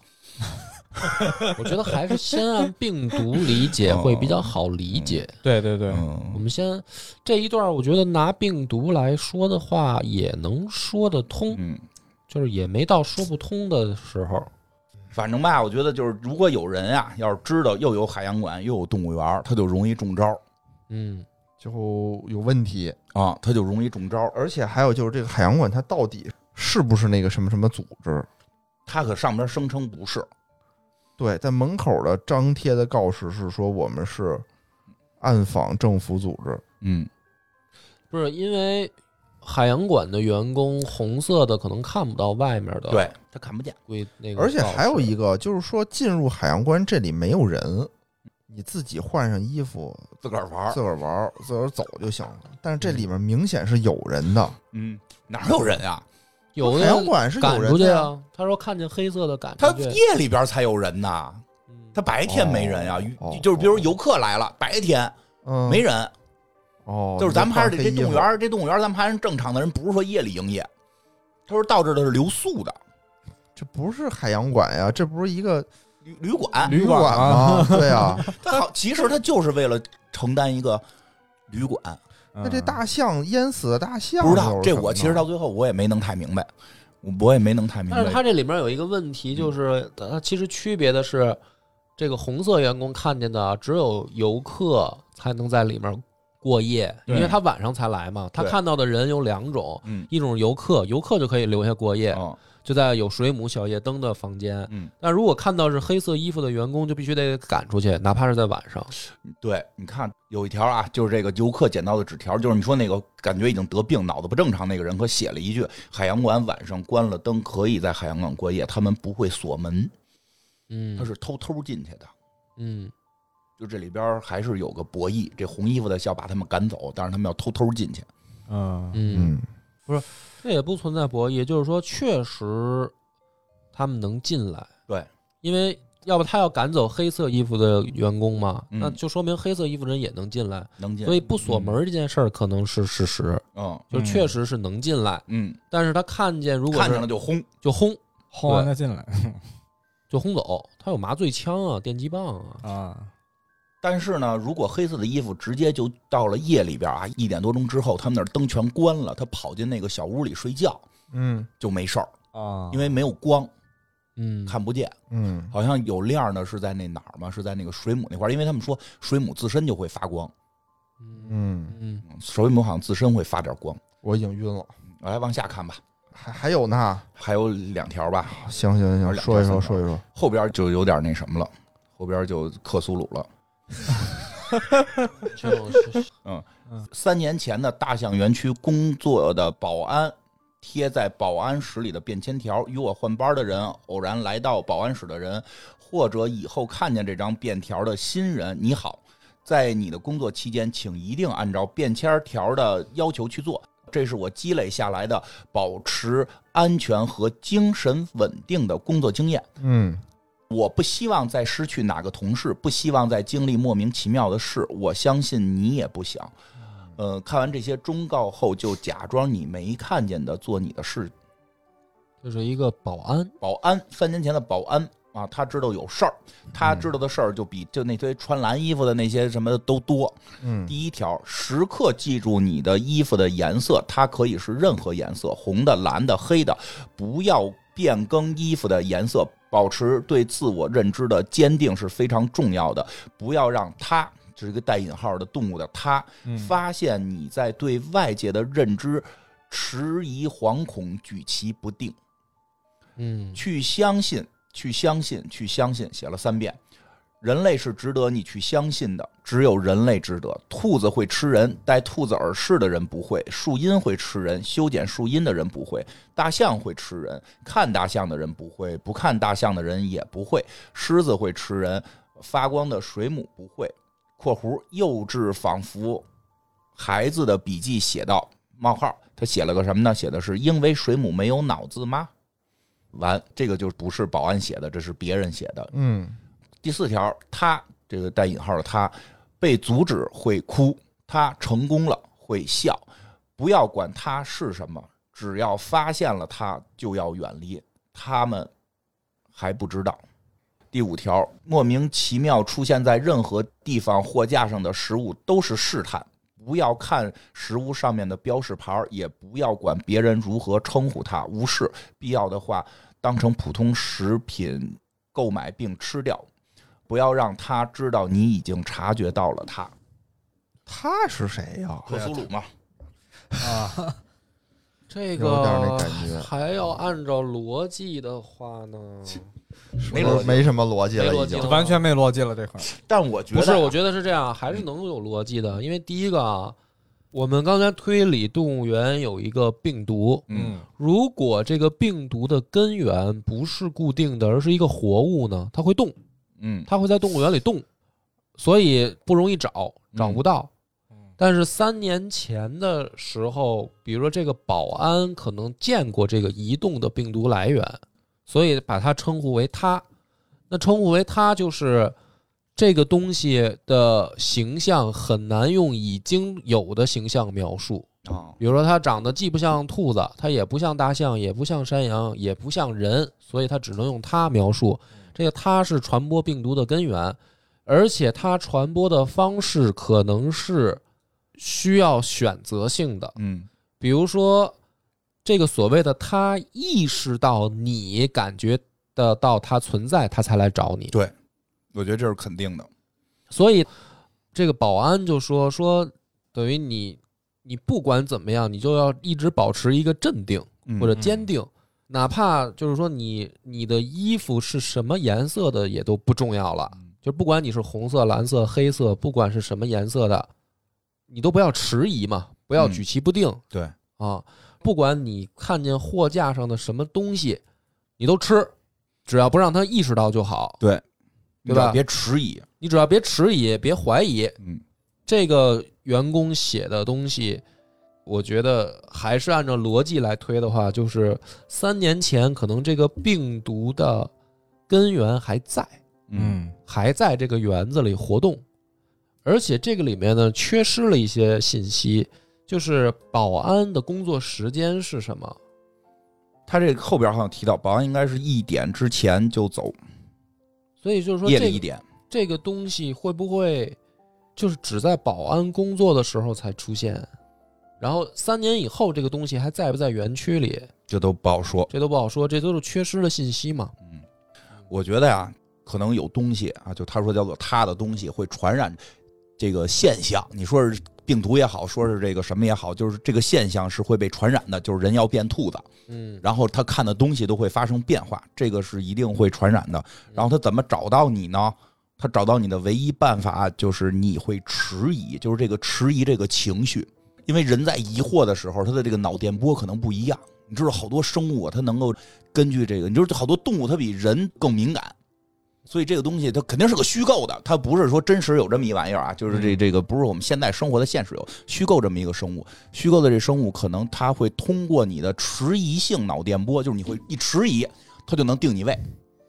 我觉得还是先按病毒理解会比较好理解。对对对，我嗯，们先这一段，我觉得拿病毒来说的话，也能说得通，嗯。就是也没到说不通的时候。反正吧，我觉得就是，如果有人啊，要是知道又有海洋馆又有动物园，他就容易中招嗯，就有问题。啊，他就容易中招。而且还有就是这个海洋馆它到底是不是那个什么什么组织？他可上边声称不是，对，在门口的张贴的告示是说我们是暗访政府组织。嗯，不是因为海洋馆的员工红色的可能看不到外面的对他看不见，规那个告而示，且还有一个就是说，进入海洋馆这里没有人，你自己换上衣服，自个儿玩自个儿玩儿，自个儿走就行了。但是这里面明显是有人的，嗯，哪有人啊？有海的洋人馆是有赶出人去的呀，啊，他说看见黑色的赶他出去，夜里边才有人呐，嗯他白天没人啊。哦鱼哦就是比如游客来了，白天嗯，没人，哦，就是咱们还是得这你就动物放黑衣服园儿，这动物园儿咱们还是正常的人，不是说夜里营业。他说到这儿的是留宿的这不是海洋馆呀，这不是一个旅旅馆，旅馆馆啊吗？对啊，他好，其实他就是为了承担一个旅馆，那嗯那这大象淹死的大象嗯不知又道是这什么我其实呢到最后我也没弄太明白。我也没能太明但是白。它这里面有一个问题，嗯就是它其实区别的是，这个红色员工看见的只有游客才能在里面过夜，因对为他晚上才来嘛。他对看到的人有两种，嗯，一种是游客，游客就可以留下过嗯夜，哦，就在有水母、小夜灯的房间。嗯，那如果看到是黑色衣服的员工，就必须得赶出去，哪怕是在晚上。对，你看有一条啊，就是这个游客捡到的纸条，就是你说那个感觉已经得病、脑子不正常那个人，可写了一句：海洋馆晚上关了灯，可以在海洋馆过夜，他们不会锁门，嗯，他是偷偷进去的。嗯就这里边还是有个博弈，这红衣服的想把他们赶走，但是他们要偷偷进去。嗯，嗯，嗯，这也不存在博弈，就是说确实他们能进来，对，因为要不他要赶走黑色衣服的员工嘛，嗯那就说明黑色衣服人也能进来，能进，所以不锁门这件事儿可能是事实，嗯就确实是能进来，嗯，但是他看见如果看见是了就轰，就轰轰完再进来就轰走，他有麻醉枪啊、电击棒啊，啊，但是呢，如果黑色的衣服直接就到了夜里边啊，一点多钟之后，他们那儿灯全关了，他跑进那个小屋里睡觉嗯就没事儿，啊，因为没有光，嗯，看不见。嗯好像有亮呢，是在那哪儿吗？是在那个水母那块儿，因为他们说水母自身就会发光，嗯嗯，嗯嗯水母好像自身会发点光。我已经晕了，我来往下看吧，还还有呢，还有两条吧，行行还有行，两说一条三条说说一说，后边就有点那什么了，后边就克苏鲁了。就是三年前的大象园区工作的保安贴在保安室里的便签条，与我换班的人、偶然来到保安室的人，或者以后看见这张便条的新人，你好，在你的工作期间，请一定按照便签条的要求去做。这是我积累下来的保持安全和精神稳定的工作经验。嗯我不希望再失去哪个同事，不希望再经历莫名其妙的事。我相信你也不想。呃，看完这些忠告后，就假装你没看见的做你的事。就是一个保安，保安，三年前的保安啊，他知道有事儿，他知道的事儿就比就那堆穿蓝衣服的那些什么的都多。嗯第一条，时刻记住你的衣服的颜色，它可以是任何颜色，红的、蓝的、黑的，不要变更衣服的颜色，保持对自我认知的坚定是非常重要的，不要让它。这是一个带引号的动物的它，发现你在对外界的认知迟疑、惶恐、举棋不定。嗯去相信，去相信，去相信，写了三遍。人类是值得你去相信的，只有人类值得。兔子会吃人，戴兔子耳饰的人不会；树荫会吃人，修剪树荫的人不会；大象会吃人，看大象的人不会，不看大象的人也不会；狮子会吃人，发光的水母不会。（括弧幼稚仿佛孩子的笔记写到冒号），他写了个什么呢？写的是因为水母没有脑子吗？完，这个就不是保安写的，这是别人写的。嗯第四条，他这个带引号的他被阻止会哭，他成功了会笑，不要管他是什么，只要发现了他就要远离，他们还不知道。第五条，莫名其妙出现在任何地方货架上的食物都是试探，不要看食物上面的标识牌儿，也不要管别人如何称呼它，无视必要的话，当成普通食品购买并吃掉，不要让他知道你已经察觉到了他。他是谁呀？克苏鲁嘛，啊，这有点那感个觉，还要按照逻辑的话呢，没是不逻是辑没什么逻辑了，没逻已辑经了完全没逻辑了这块儿，但我觉得啊嗯不是，我觉得是这样，还是能有逻辑的。因为第一个啊，我们刚才推理动物园有一个病毒，嗯，如果这个病毒的根源不是固定的，而是一个活物呢，它会动，嗯它会在动物园里动，所以不容易找，找不到。嗯但是三年前的时候，比如说这个保安可能见过这个移动的病毒来源，所以把它称呼为它。那称呼为它就是这个东西的形象很难用已经有的形象描述。啊比如说它长得既不像兔子，它也不像大象，也不像山羊，也不像人，所以它只能用它描述。这个它是传播病毒的根源，而且它传播的方式可能是需要选择性的。嗯比如说，这个所谓的他意识到你感觉得到他存在，他才来找你。我觉得这是肯定的。所以这个保安就说说，等于你你不管怎么样，你就要一直保持一个镇定嗯或者坚定，哪怕就是说你你的衣服是什么颜色的也都不重要了，嗯就是不管你是红色、蓝色、黑色，不管是什么颜色的，你都不要迟疑嘛，不要嗯举棋不定、对，啊！不管你看见货架上的什么东西，你都吃，只要不让他意识到就好。对，对吧别迟疑。你只要别迟疑，别怀疑，嗯，这个员工写的东西，我觉得还是按照逻辑来推的话，就是三年前可能这个病毒的根源还在，嗯还在这个园子里活动，而且这个里面呢缺失了一些信息，就是保安的工作时间是什么？他这个后边好像提到，保安应该是一点之前就走，所以就是说、这夜个，里一点。这个东西会不会就是只在保安工作的时候才出现？然后三年以后，这个东西还在不在园区里？这都不好说。这都不好说，这都是缺失的信息嘛。嗯，我觉得呀，可能有东西啊，就他说叫做他的东西会传染这个现象。你说是病毒也好，说是这个什么也好，就是这个现象是会被传染的，就是人要变兔子，嗯，然后他看的东西都会发生变化，这个是一定会传染的。然后他怎么找到你呢？他找到你的唯一办法就是你会迟疑，就是这个迟疑这个情绪，因为人在疑惑的时候，他的这个脑电波可能不一样。你知道好多生物啊，它能够根据这个，你知道好多动物它比人更敏感，所以这个东西它肯定是个虚构的，它不是说真实有这么一玩意儿啊，就是这这个不是我们现在生活的现实有虚构这么一个生物，虚构的这生物可能它会通过你的迟疑性脑电波，就是你会一迟疑，它就能定你位，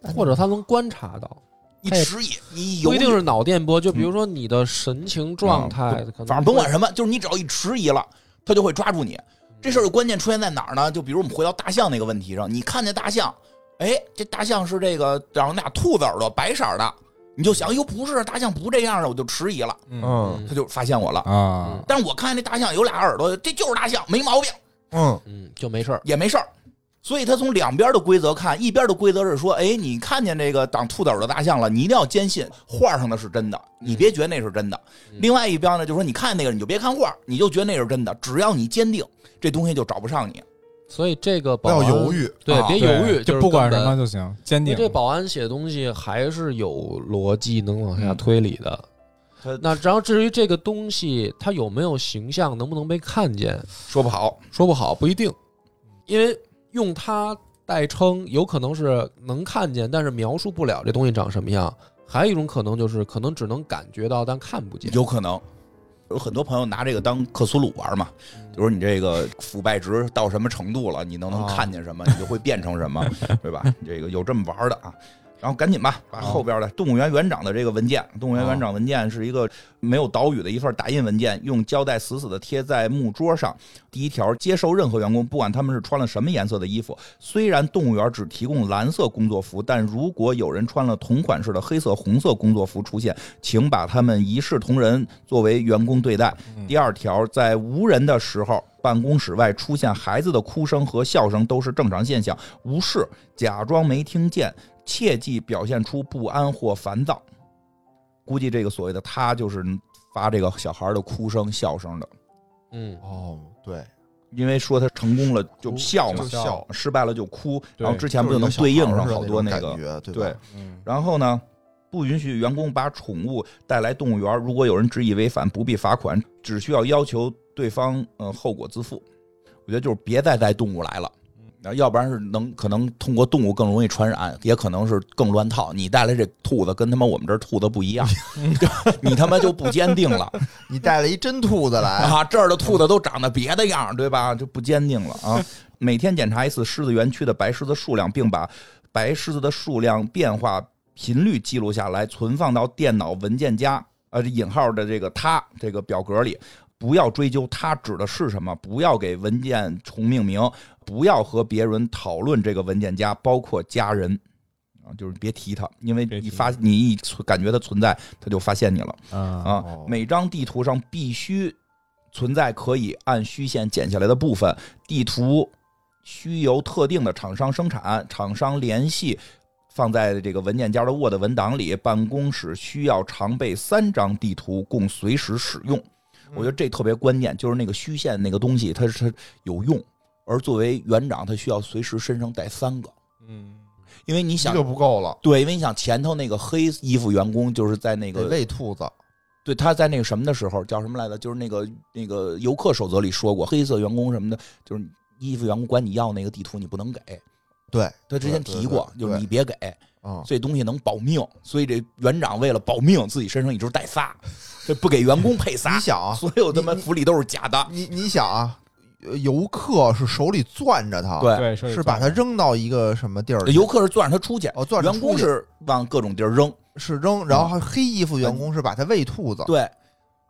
嗯或者他能观察到，一它也迟疑你不犹一豫定是脑电波，就比嗯如说你的神啊情状态，嗯可能反正甭管什么，就是你只要一迟疑了，他就会抓住你。这事儿的关键出现在哪儿呢？就比如我们回到大象那个问题上，你看见大象，哎，这大象是这个长俩兔子耳朵，白色儿的，你就想，哟，不是大象不这样的，我就迟疑了，嗯他就发现我了。啊，但是我看见这大象有俩耳朵，这就是大象，没毛病，嗯，嗯，就没事儿。也没事儿。所以他从两边的规则看，一边的规则是说，哎，你看见这个长兔子耳朵大象了，你一定要坚信画上的是真的，你别觉得那是真的。嗯另外一边呢，就说你看那个你就别看画，你就觉得那是真的，只要你坚定，这东西就找不上你。所以这个不保要安犹，豫，啊对，别犹豫，就是不管根什本么。就行，坚因为定。这保安写的东西还是有逻辑能往嗯下推理的。他那然后至于这个东西它有没有形象，能不能被看见，说不好，说不好，不一定，因为用它代称，有可能是能看见，但是描述不了这东西长什么样。还有一种可能就是，可能只能感觉到，但看不见。有可能有很多朋友拿这个当克苏鲁玩嘛，就说你这个腐败值到什么程度了，你能能啊看见什么，你就会变成什么，对吧？这个有这么玩的啊。然后赶紧吧，把啊后边的动物园园长的这个文件，动物园啊园长文件是一个没有岛屿的一份打印文件，用胶带死死的贴在木桌上。第一条，接受任何员工，不管他们是穿了什么颜色的衣服，虽然动物园只提供蓝色工作服，但如果有人穿了同款式的黑色、红色工作服出现，请把他们一视同仁作为员工对待。第二条，在无人的时候，办公室外出现孩子的哭声和笑声都是正常现象，无视，假装没听见，切忌表现出不安或烦躁。估计这个所谓的他就是发这个小孩的哭声、笑声的，嗯，哦，对，因为说他成功了就哭笑嘛就，笑，失败了就哭，对然后之前不就能对应上好多那就个是有小孩儿似的那种感觉，对对吧？。嗯然后呢，不允许员工把宠物带来动物园，如果有人执意违反，不必罚款，只需要要求对方呃后果自负。我觉得就是别再带动物来了。啊要不然是能可能通过动物更容易传染，也可能是更乱套。你带来这兔子跟他妈我们这儿兔子不一 样，你他妈就不坚定了。你带了一真兔子 来，啊， 这儿的兔子都长得别的样儿，对吧？就不坚定了啊。每天检查一次狮子园区的白狮子数量，并把白狮子的数量变化频率记录下来，存放到电脑文件夹呃引号的这个它这个表格里。不要追究它指的是什么，不要给文件重命名，不要和别人讨论这个文件夹，包括家人啊，就是别提它，因为别提一发你一存感觉它存在，它就发现你了。啊，啊哦，每张地图上必须存在可以按虚线剪下来的部分，地图需由特定的厂商生产，厂商联系。放在这个文件夹的 Word 文档里，办公室需要常备三张地图供随时使用。我觉得这特别关键，就是那个虚线那个东西，它是它有用，而作为园长，他需要随时身上带三个，嗯，因为你一想个不够了，对，因为你想前头那个黑衣服员工就是在那得个喂兔子。对他在那个什么的时候叫什么来着？就是那个那个游客守则里说过，黑色员工什么的，就是衣服员工管你要那个地图你不能给，对，他之前提过，对对对就是你别给，嗯，这东西能保命，所以这园长为了保命，自己身上一直带仨，这不给员工配你仨，想啊，所有他妈你福利都是假的。你你想啊，呃游客是手里攥着它，，对，呃对，是把它扔到一个什么地儿去？游客是攥着他出去，哦，攥着员工出去是往各种地儿扔，是扔，然后黑衣服员工是把它喂兔子。对，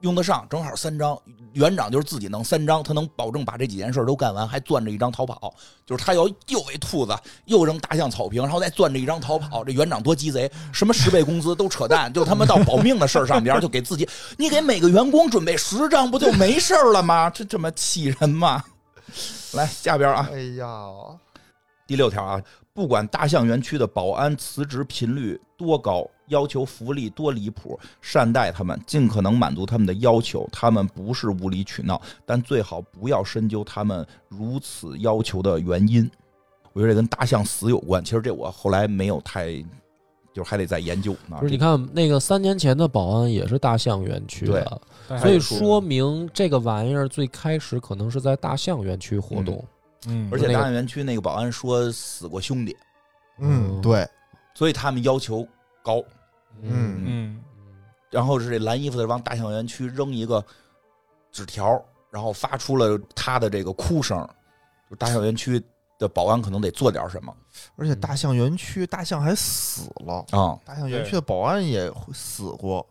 用得上，正好三张。园长就是自己弄三张，他能保证把这几件事儿都干完，还攥着一张逃跑，就是他要又喂兔子，又扔大象草坪，然后再攥着一张逃跑。这园长多鸡贼，什么十倍工资都扯淡，就他妈到保命的事儿上边儿就给自己，你给每个员工准备十张，不就没事儿了吗？这这么气人吗？来下边啊，哎呀，第六条啊，不管大象园区的保安辞职频率多高，要求福利多离谱，善待他们，尽可能满足他们的要求。他们不是无理取闹，但最好不要深究他们如此要求的原因。我觉得这跟大象死有关。其实这我后来没有太，就是还得再研究啊。不是，你看那个三年前的保安也是大象园区的，对所以说说明这个玩意儿最开始可能是在大象园区活动。嗯，而且那个大象园区那个保安说死过兄弟，哦嗯，对，所以他们要求高。嗯嗯，然后是这蓝衣服的往大象园区扔一个纸条，然后发出了他的这个哭声。就大象园区的保安可能得做点什么而且嗯大象园区大象还死了，啊、大象园区的保安也会死过。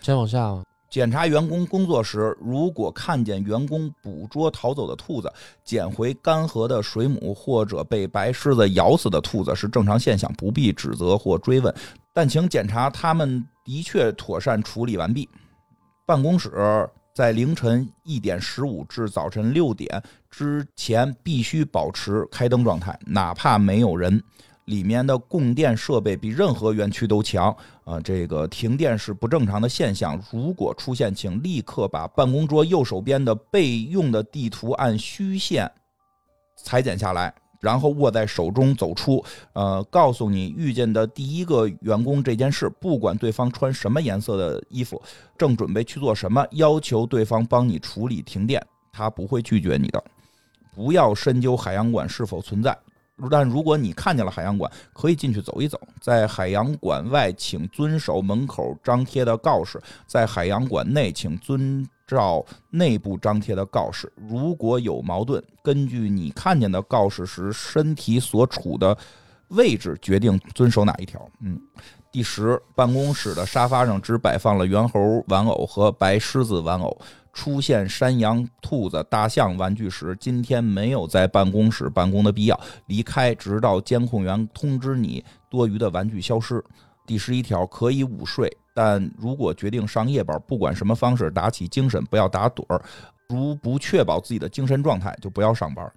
先往下啊，检查员工工作时，如果看见员工捕捉逃走的兔子，捡回干涸的水母或者被白狮子咬死的兔子是正常现象，不必指责或追问，但请检查他们的确妥善处理完毕。办公室在凌晨一点十五至早晨六点之前必须保持开灯状态，哪怕没有人。里面的供电设备比任何园区都强，啊，这个停电是不正常的现象，如果出现，请立刻把办公桌右手边的备用的地图按虚线裁剪下来，然后握在手中走出。呃，告诉你遇见的第一个员工这件事，不管对方穿什么颜色的衣服，正准备去做什么，要求对方帮你处理停电，他不会拒绝你的。不要深究海洋馆是否存在，但如果你看见了海洋馆，可以进去走一走。在海洋馆外，请遵守门口张贴的告示；在海洋馆内，请遵照内部张贴的告示。如果有矛盾，根据你看见的告示时身体所处的位置决定遵守哪一条。嗯。第十，办公室的沙发上只摆放了猿猴玩偶和白狮子玩偶。出现山羊、兔子、大象玩具时，今天没有在办公室办公的必要。离开，直到监控员通知你多余的玩具消失。第十一条，可以午睡，但如果决定上夜班，不管什么方式打起精神，不要打盹儿。如不确保自己的精神状态，就不要上班。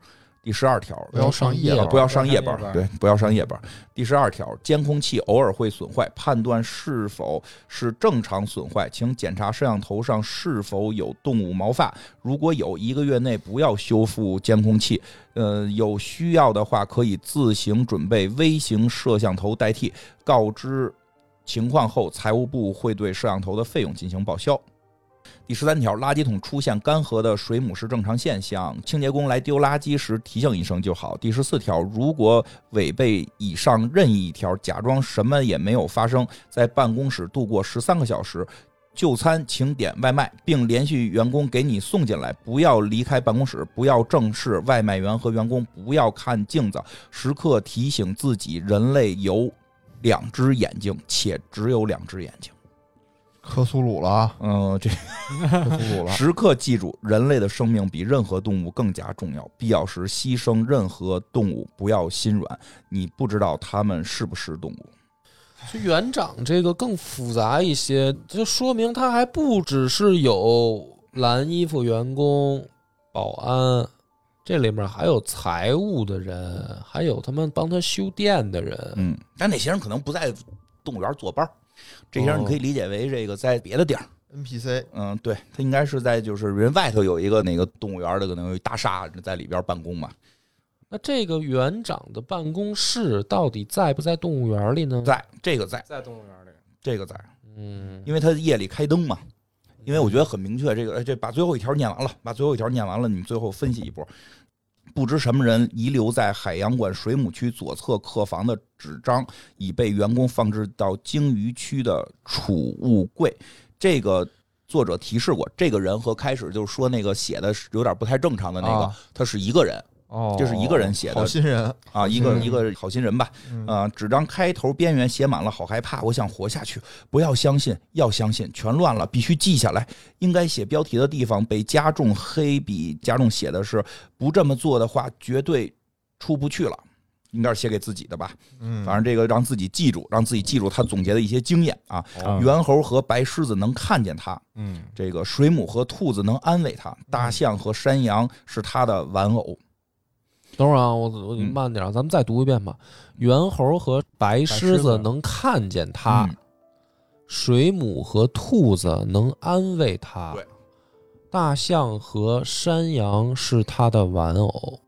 第十二条，不要上夜也班不要上夜班不要上夜班，对，不要上夜班。第十二条，监控器偶尔会损坏，判断是否是正常损坏，请检查摄像头上是否有动物毛发，如果有，一个月内不要修复监控器。呃，有需要的话可以自行准备微型摄像头代替。告知情况后，财务部会对摄像头的费用进行报销。第十三条，垃圾桶出现干涸的水母是正常现象，清洁工来丢垃圾时提醒一声就好。第十四条，如果违背以上任意一条，假装什么也没有发生，在办公室度过十三个小时。就餐请点外卖，并联系员工给你送进来。不要离开办公室，不要正视外卖员和员工，不要看镜子，时刻提醒自己，人类有两只眼睛，且只有两只眼睛。科苏鲁 了啊，嗯、这科苏鲁了。时刻记住，人类的生命比任何动物更加重要。必要时牺牲任何动物，不要心软。你不知道它们是不是动物。就园长这个更复杂一些，就说明他还不只是有蓝衣服员工、保安、这里面还有财务的人，还有他们帮他修电的人，嗯，但那些人可能不在动物园坐班儿，这些人你可以理解为这个在别的地儿。 NPC 嗯，对，他应该是在就是人外头有一个那个动物园的可能有一大厦在里边办公嘛，那这个园长的办公室到底在不在动物园里呢？在这个在在动物园里，这个在，嗯，因为他夜里开灯嘛。因为我觉得很明确，这个哎这把最后一条念完了，把最后一条念完了，你们最后分析一波。不知什么人遗留在海洋馆水母区左侧客房的纸张，已被员工放置到鲸鱼区的储物柜。这个作者提示过，这个人和开始就是说那个写的是有点不太正常的那个，啊他是一个人，哦这是一个人写的好心人，啊，一个嗯一个好心人吧，嗯啊、纸张开头边缘写满了“好害怕，我想活下去”，不要相信，要相信，全乱了，必须记下来。应该写标题的地方被加重黑笔，加重写的是“不这么做的话，绝对出不去了”，应该是写给自己的吧。嗯，反正这个让自己记住，让自己记住他总结的一些经验啊。哦嗯猿猴和白狮子能看见他，嗯，这个水母和兔子能安慰他，大象和山羊是他的玩偶。等会儿啊，我我嗯慢点啊，咱们再读一遍吧。猿猴和白狮白狮子子能看见它，嗯水母和兔子能安慰它，对大象和山羊是它的玩偶。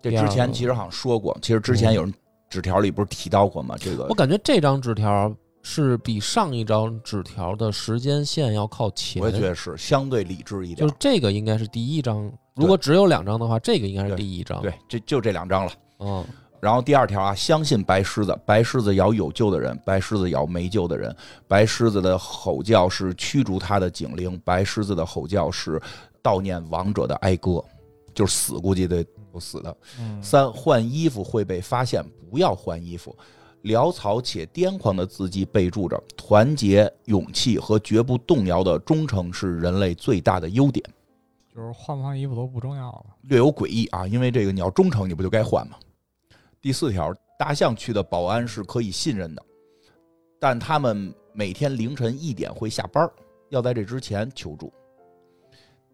这第二之前个嗯其实好像说过，其实之前有人纸条里不是提到过吗？这个我感觉这张纸条是比上一张纸条的时间线要靠前，我也觉得是相对理智一就点是。这个应该是第一张。如果只有两张的话，这个应该是第一张。对，，这就这两张了。嗯，然后第二条啊，相信白狮子，白狮子咬有救的人，白狮子咬没救的人。白狮子的吼叫是驱逐他的警铃，白狮子的吼叫是悼念亡者的哀歌，就是死估计得有死的。嗯嗯三换衣服会被发现，不要换衣服。潦草且癫狂的字迹备注着：团结、勇气和绝不动摇的忠诚是人类最大的优点。就是换不换衣服都不重要了。略有诡异啊，因为这个你要忠诚，你不就该换吗？第四条，大象区的保安是可以信任的，但他们每天凌晨一点会下班儿，要在这之前求助。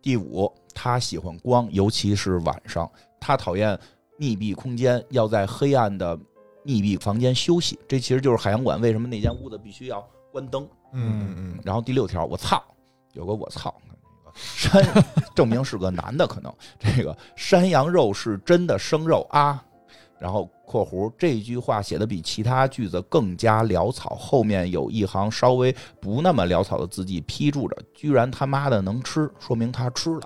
第五，他喜欢光，尤其是晚上，他讨厌密闭空间，要在黑暗的密闭房间休息。这其实就是海洋馆为什么那间屋子必须要关灯。嗯嗯然后第六条，我操，有个我操，山证明是个男的，可能这个山羊肉是真的生肉啊。然后（括弧）这句话写的比其他句子更加潦草，后面有一行稍微不那么潦草的字迹批注着，居然他妈的能吃，说明他吃了。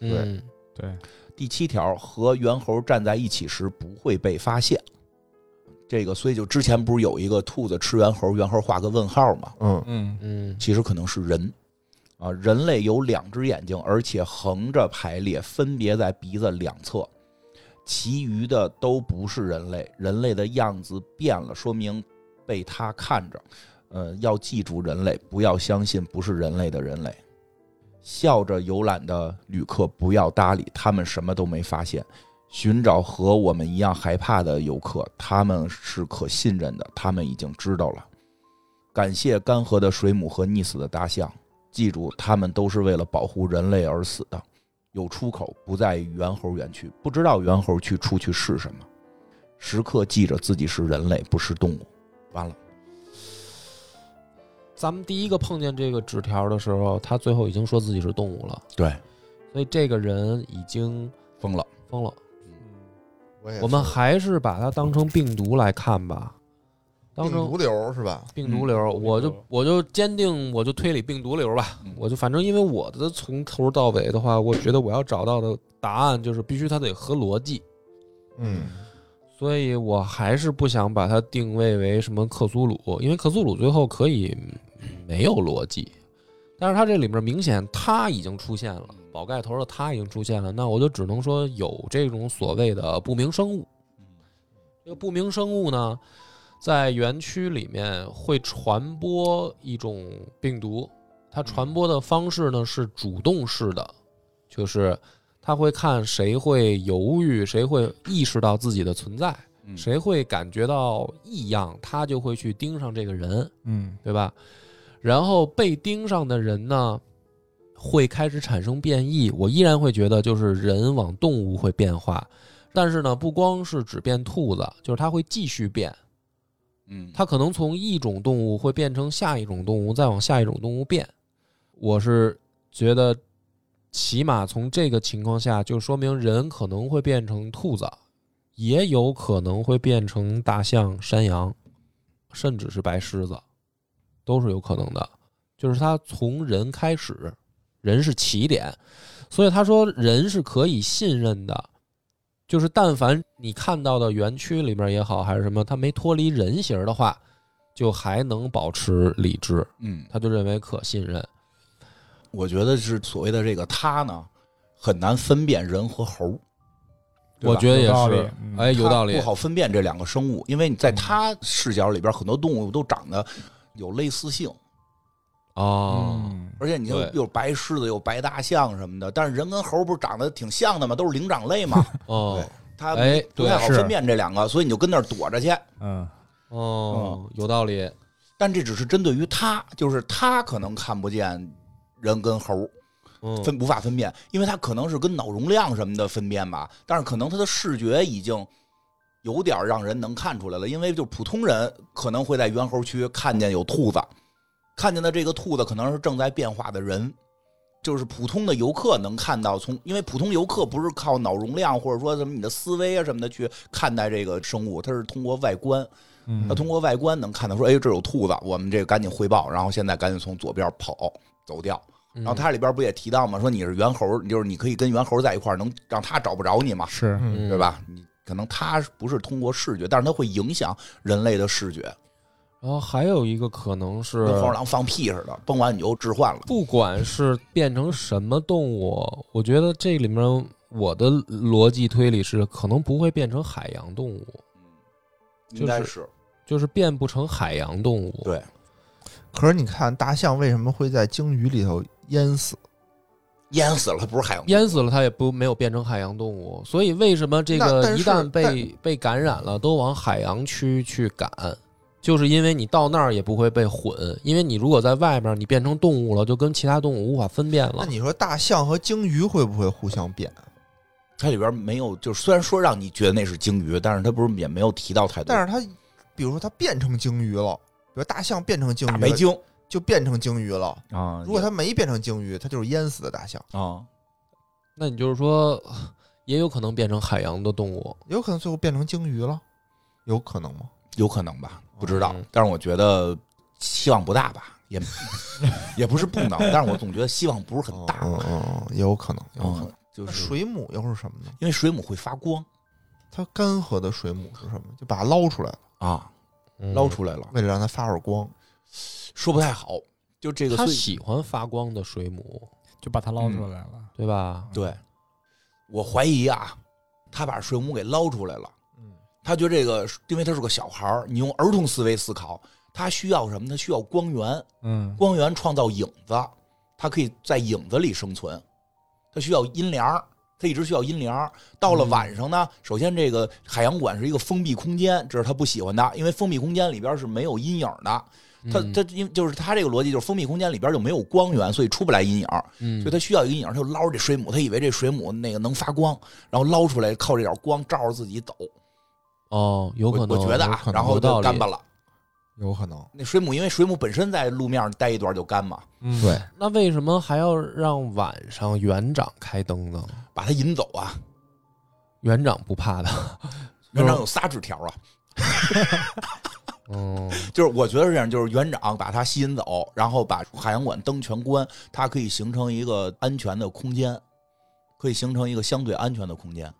嗯，对，第七条，和猿猴站在一起时不会被发现。这个，所以就之前不是有一个兔子吃猿猴，猿猴画个问号吗？嗯嗯嗯，其实可能是人啊。人类有两只眼睛，而且横着排列，分别在鼻子两侧。其余的都不是人类，人类的样子变了，说明被他看着。呃，要记住人类，不要相信不是人类的人类。笑着游览的旅客不要搭理，他们什么都没发现。寻找和我们一样害怕的游客，他们是可信任的，他们已经知道了。感谢干涸的水母和溺死的大象，记住，他们都是为了保护人类而死的。有出口不在于猿猴园区，不知道猿猴区出去是什么。时刻记着自己是人类，不是动物。完了，咱们第一个碰见这个纸条的时候，他最后已经说自己是动物了，对，所以这个人已经疯了。疯了。嗯我也我们是还是把它当成病毒来看吧，当病成毒瘤是吧？嗯病毒瘤，我就我就坚定，我就推理病毒瘤吧嗯。我就反正因为我的从头到尾的话，我觉得我要找到的答案就是必须它得合逻辑，嗯所以我还是不想把它定位为什么克苏鲁，因为克苏鲁最后可以嗯没有逻辑，但是它这里面明显它已经出现了，宝盖头的它已经出现了，那我就只能说有这种所谓的不明生物。这个不明生物呢，在园区里面会传播一种病毒，它传播的方式呢是主动式的，就是它会看谁会犹豫，谁会意识到自己的存在，嗯谁会感觉到异样，它就会去盯上这个人，嗯对吧？然后被盯上的人呢，会开始产生变异，我依然会觉得就是人往动物会变化，但是呢，不光是只变兔子，就是它会继续变，嗯，它可能从一种动物会变成下一种动物，再往下一种动物变。我是觉得，起码从这个情况下，就说明人可能会变成兔子，也有可能会变成大象、山羊，甚至是白狮子，都是有可能的。就是它从人开始，人是起点，所以他说人是可以信任的。就是但凡你看到的园区里面也好，还是什么，它没脱离人形儿的话，就还能保持理智，嗯，他就认为可信任。我觉得是所谓的这个他呢，很难分辨人和猴儿。对吧我觉得也有道理是，嗯哎，有道它理嗯不。好分辨这两个生物，因为你在他视角里边，很多动物都长得有类似性，哦，嗯，而且你又对有白狮子，有白大象什么的，但是人跟猴不是长得挺像的吗？都是灵长类嘛， 哦，它哎不太对好是分辨这两个，所以你就跟那儿躲着去。嗯，哦，有道理。但这只是针对于它，就是它可能看不见人跟猴嗯，分无法分辨，因为它可能是跟脑容量什么的分辨吧，但是可能它的视觉已经。有点让人能看出来了，因为就普通人可能会在猿猴区看见有兔子，看见的这个兔子可能是正在变化的人，就是普通的游客能看到从，因为普通游客不是靠脑容量或者说什么你的思维啊什么的去看待这个生物，它是通过外观，嗯他通过外观能看到说，哎，这有兔子，我们这个赶紧汇报，然后现在赶紧从左边跑走掉。嗯然后它里边不也提到吗？说你是猿猴，就是你可以跟猿猴在一块儿，能让它找不着你嘛，是，嗯对？吧？你可能它不是通过视觉，但是它会影响人类的视觉，然后还有一个可能是跟，黄鼠狼放屁似的，崩完你就置换了。不管是变成什么动物，我觉得这里面我的逻辑推理是，可能不会变成海洋动物，应该是就是变不成海洋动物。对，可是你看，大象为什么会在鲸鱼里头淹死？淹死了，不是海洋。淹死了，它也不没有变成海洋动物，所以为什么这那个但一是旦被被感染了，都往海洋区去赶，就是因为你到那儿也不会被混，因为你如果在外边，你变成动物了，就跟其他动物无法分辨那了。你说大象和鲸鱼会不会互相变？它里边没有，就是虽然说让你觉得那是鲸鱼，但是它不是也没有提到太多。但是它，比如说它变成鲸鱼了，比如大象变成鲸鱼大了，白鲸就变成鲸鱼了。啊如果它没变成鲸鱼，它就是淹死的大象，它啊，那你就是说，也有可能变成海洋的动物。有可能最后变成鲸鱼了，有可能吗？有可能吧，不知道。嗯但是我觉得希望不大吧，也也不是不能，但是我总觉得希望不是很大。嗯嗯嗯，也有可能，有可能。嗯，就那是水母又是什么呢？因为水母会发光它干涸的水母是什么？就把它捞出来了，啊，嗯捞出来了，为了让它发会儿光。说不太好。就这个，它所以喜欢发光的水母，就把它捞出来了。对吧？对，我怀疑啊，他把水母给捞出来了。嗯，他觉得这个，因为他是个小孩儿，你用儿童思维思考，他需要什么？他需要光源，嗯，光源创造影子，它可以在影子里生存，它需要阴凉儿，它一直需要阴凉儿。到了晚上呢，首先这个海洋馆是一个封闭空间，这是他不喜欢的，因为封闭空间里边是没有阴影的。它嗯它因为就是它这个逻辑就是封闭空间里边就没有光源，所以出不来阴影儿，嗯所以它需要一个阴影儿，它就捞着这水母，它以为这水母那个能发光，然后捞出来靠这点光照着自己走。哦，有可我能。我觉得有啊可，能然后有道就理干巴了。有可能。那水母因为水母本身在路面上待一段就干嘛，嗯对，那为什么还要让晚上园长开灯呢？把它引走啊。园长不怕的。园长有仨纸条啊，嗯，就是我觉得是这样，就是园长把他吸引走，然后把海洋馆灯全关，它可以形成一个安全的空间，可以形成一个相对安全的空间。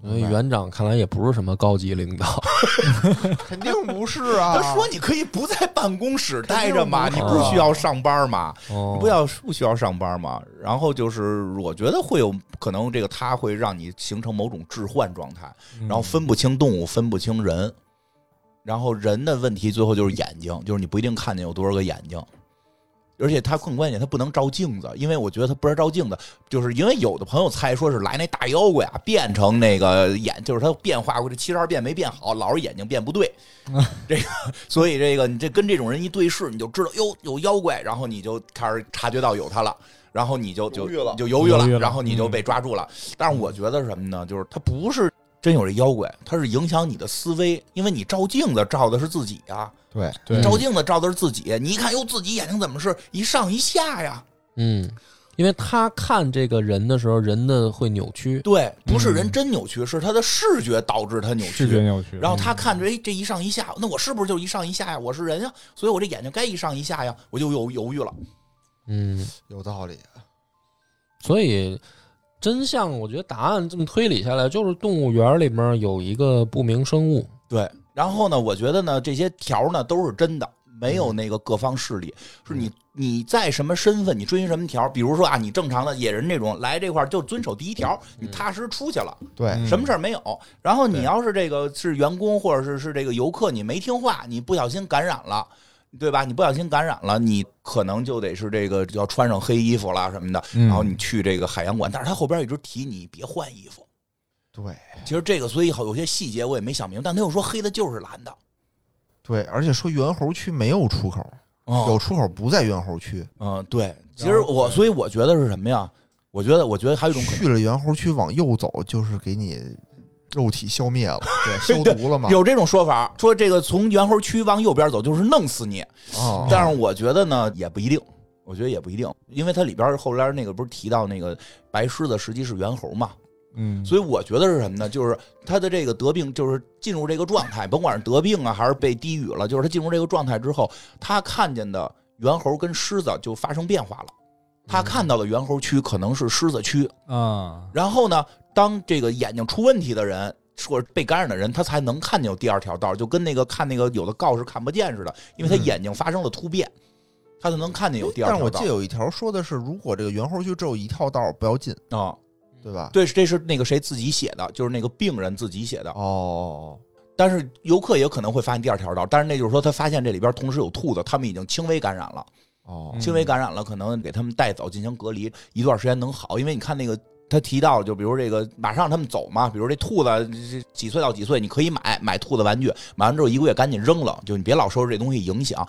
所以明白园长看来也不是什么高级领导。肯定不是 啊！他说：“你可以不在办公室待着嘛，肯你定不不需要上班嘛， 哦你不要不需要上班嘛。”然后就是我觉得会有可能这个他会让你形成某种置换状态，嗯然后分不清动物，分不清人。然后人的问题最后就是眼睛，就是你不一定看见有多少个眼睛，而且它更关键，它不能照镜子，因为我觉得它不是照镜子，就是因为有的朋友猜说是来那大妖怪啊，变成那个眼，就是它变化过这七十二变没变好，老是眼睛变不对，这个，所以这个你这跟这种人一对视，你就知道哟有妖怪，然后你就开始察觉到有他了。然后你就就犹豫了你就犹豫了，犹豫了嗯然后你就被抓住了。但是我觉得是什么呢？就是他不是真有这妖怪，他是影响你的思维，因为你照镜子照的是自己啊，对，对，照镜子照的是自己，你一看哟，自己眼睛怎么是一上一下呀？嗯，因为他看这个人的时候，人的会扭曲，对，不是人真扭曲，是他的视觉导致他扭曲。嗯视觉扭曲。嗯然后他看着，哎，这一上一下，那我是不是就一上一下呀？我是人呀，所以我这眼睛该一上一下呀，我就有犹豫了。嗯，有道理。啊所以真相，我觉得答案这么推理下来，就是动物园里面有一个不明生物，对，然后呢，我觉得呢，这些条呢都是真的，没有那个各方势力。是嗯你你在什么身份，你追寻什么条？比如说啊，你正常的野人这种来这块儿就遵守第一条，你踏实出去了，对，嗯什么事儿没有。然后你要是这个是员工或者是是这个游客，你没听话，你不小心感染了。对吧？你不小心感染了，你可能就得是这个要穿上黑衣服啦什么的，嗯然后你去这个海洋馆，但是他后边一直提你别换衣服。对其实这个，所以好有些细节我也没想明白，但他又说黑的就是蓝的，对，而且说猿猴区没有出口，有哦，出口不在猿猴区，嗯，对。其实我，所以我觉得是什么呀？我觉得，我觉得还有一种可能，去了猿猴区往右走就是给你肉体消 灭了，对，消毒了嘛。有这种说法，说这个从猿猴区往右边走就是弄死你，啊，但是我觉得呢也不一定，我觉得也不一定，因为它里边后边那个不是提到那个白狮子实际是猿猴嘛，嗯，所以我觉得是什么呢？就是他的这个得病，就是进入这个状态，甭管是得病啊，还是被低语了，就是他进入这个状态之后，他看见的猿猴跟狮子就发生变化了。他看到的猿猴区可能是狮子区，以啊，然后呢，当这个眼睛出问题的人。或者被感染的人，他才能看见有第二条道，就跟那个看那个有的告示看不见似的，因为他嗯眼睛发生了突变，他就能看见有第二但是条我道记得有一条说的是，如果这个猿猴区只有一条道，不要进，啊、对吧？对，这是那个谁自己写的，就是那个病人自己写的，哦，但是游客也可能会发现第二条道，但是那就是说他发现这里边同时有兔子，他们已经轻微感染了，哦嗯轻微感染了，可能给他们带走进行隔离，一段时间能好，因为你看那个。他提到，就比如这个，马上他们走嘛，比如这兔子这几岁到几岁，你可以买买兔子玩具，买完之后一个月赶紧扔了，就你别老受这东西影响。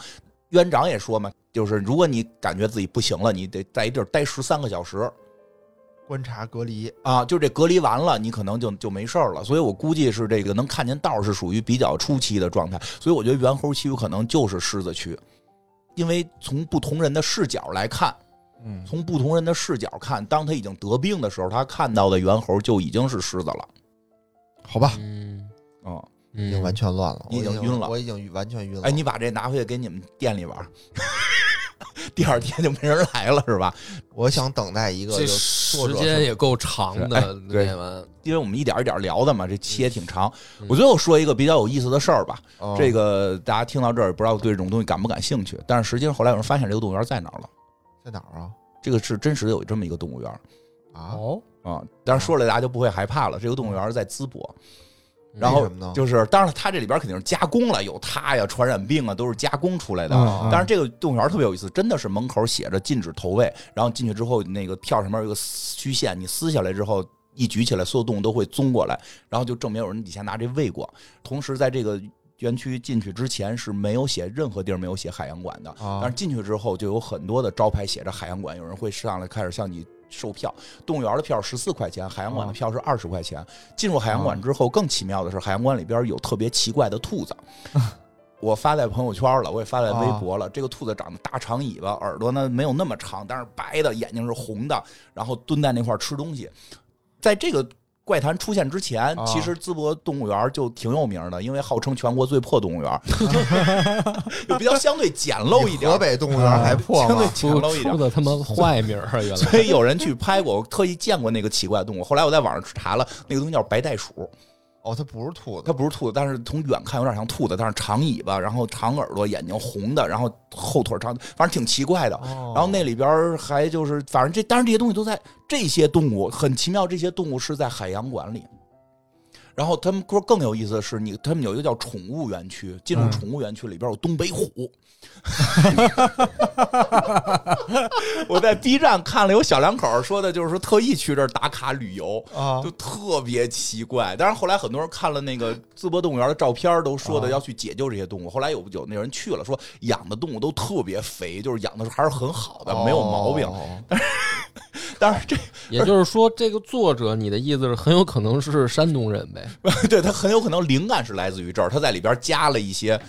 院长也说嘛，就是如果你感觉自己不行了，你得在一地儿待十三个小时，观察隔离，啊，就这隔离完了，你可能就就没事儿了。所以我估计是这个能看见道儿是属于比较初期的状态，所以我觉得猿猴区有可能就是狮子区，因为从不同人的视角来看，嗯，从不同人的视角看，当他已经得病的时候，他看到的猿猴就已经是狮子了。好吧，嗯嗯，已嗯经完，全乱了，你已我经晕了我已经完全晕了。哎，你把这拿回去给你们店里玩儿， 第二天就没人来了是吧？我想等待一个这就作时者间是也够长的，是哎对练完因为我们一点一点聊的嘛，这期也挺长嗯。我最后说一个比较有意思的事儿吧，哦这个大家听到这儿，不知道对这种东西感不感兴趣？但是实际上后来有人发现这个动物园在哪儿了，在哪儿啊？这个是真实的有这么一个动物园啊，哦，啊。当然说了，大家就不会害怕了。这个动物园在淄博，嗯然为后什么呢就是当然它这里边肯定是加工了，有它呀、传染病啊，都是加工出来的。嗯但是这个动物园特别有意思，真的是门口写着禁止投喂，然后进去之后，那个票上面有个虚线，你撕下来之后一举起来，所有动物都会踪过来，然后就证明有人以前拿这喂过。同时，在这个园区进去之前是没有写任何地儿没有写海洋馆的，啊但是进去之后就有很多的招牌写着海洋馆，有人会上来开始向你。售票，动物园的票十四块钱，海洋啊馆的票是二十块钱。进入海洋馆之后，更奇妙的是，海洋馆里边有特别奇怪的兔子。啊 我发在朋友圈了，我也发在微博了。这个兔子长得大长尾巴，耳朵呢没有那么长，但是白的，眼睛是红的，然后蹲在那块儿吃东西。在这个怪谈出现之前，啊其实淄博动物园就挺有名的，因为号称全国最破动物园，就比较相对简陋一比 点河儿，北动物园还 破相对吗？简出陋一出点儿。的他妈坏名儿啊，原 来所以有人去拍过，我特意见过那个奇怪的动物。后来我在网上查了，那个东西叫白袋鼠，哦，它不是兔子它，不是兔子，但是从远看有点像兔子，但是长尾巴，然后长耳朵，眼睛红的，然后后腿长，反正挺奇怪的。哦然后那里边儿还就是，反正这当然这些东西都在这些动物很奇妙，这些动物是在海洋馆里。然后他们说更有意思的是，你他们有一个叫宠物园区，进入嗯宠物园区里边有东北虎。 我在 B 站看了有小两口儿说的，就是说特意去这儿打卡旅游，啊就特别奇怪。当然后来很多人看了那个淄博动物园的照片儿，都说的啊要去解救这些动物。后来有有那人呃 去了，说养的动物都特别肥，就是养的还是很好的，没有毛病。哦但是这 也就是说，这个作者，你的意思是很有可能是山东人呗，对他很有可能灵感是来自于这儿，他在里边加了一些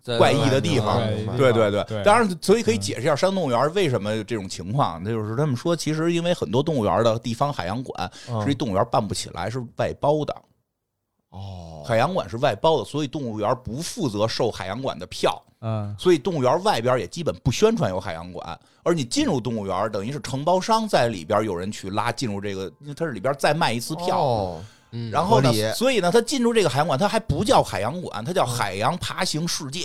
在怪异的地方对明白嗯对对对，对对当然，所以可以解释一下山动物园为什么这种情况，那就是他们说，其实因为很多动物园的地方海洋馆嗯实际动物园办不起来，是外包的，哦，海洋馆是外包的，所以动物园不负责售海洋馆的票，嗯，所以动物园外边也基本不宣传有海洋馆，而你进入动物园，等于是承包商在里边有人去拉进入这个，因为它是里边再卖一次票，哦嗯，然后呢合理，嗯所以呢，它进入这个海洋馆，它还不叫海洋馆，它叫海洋爬行世界，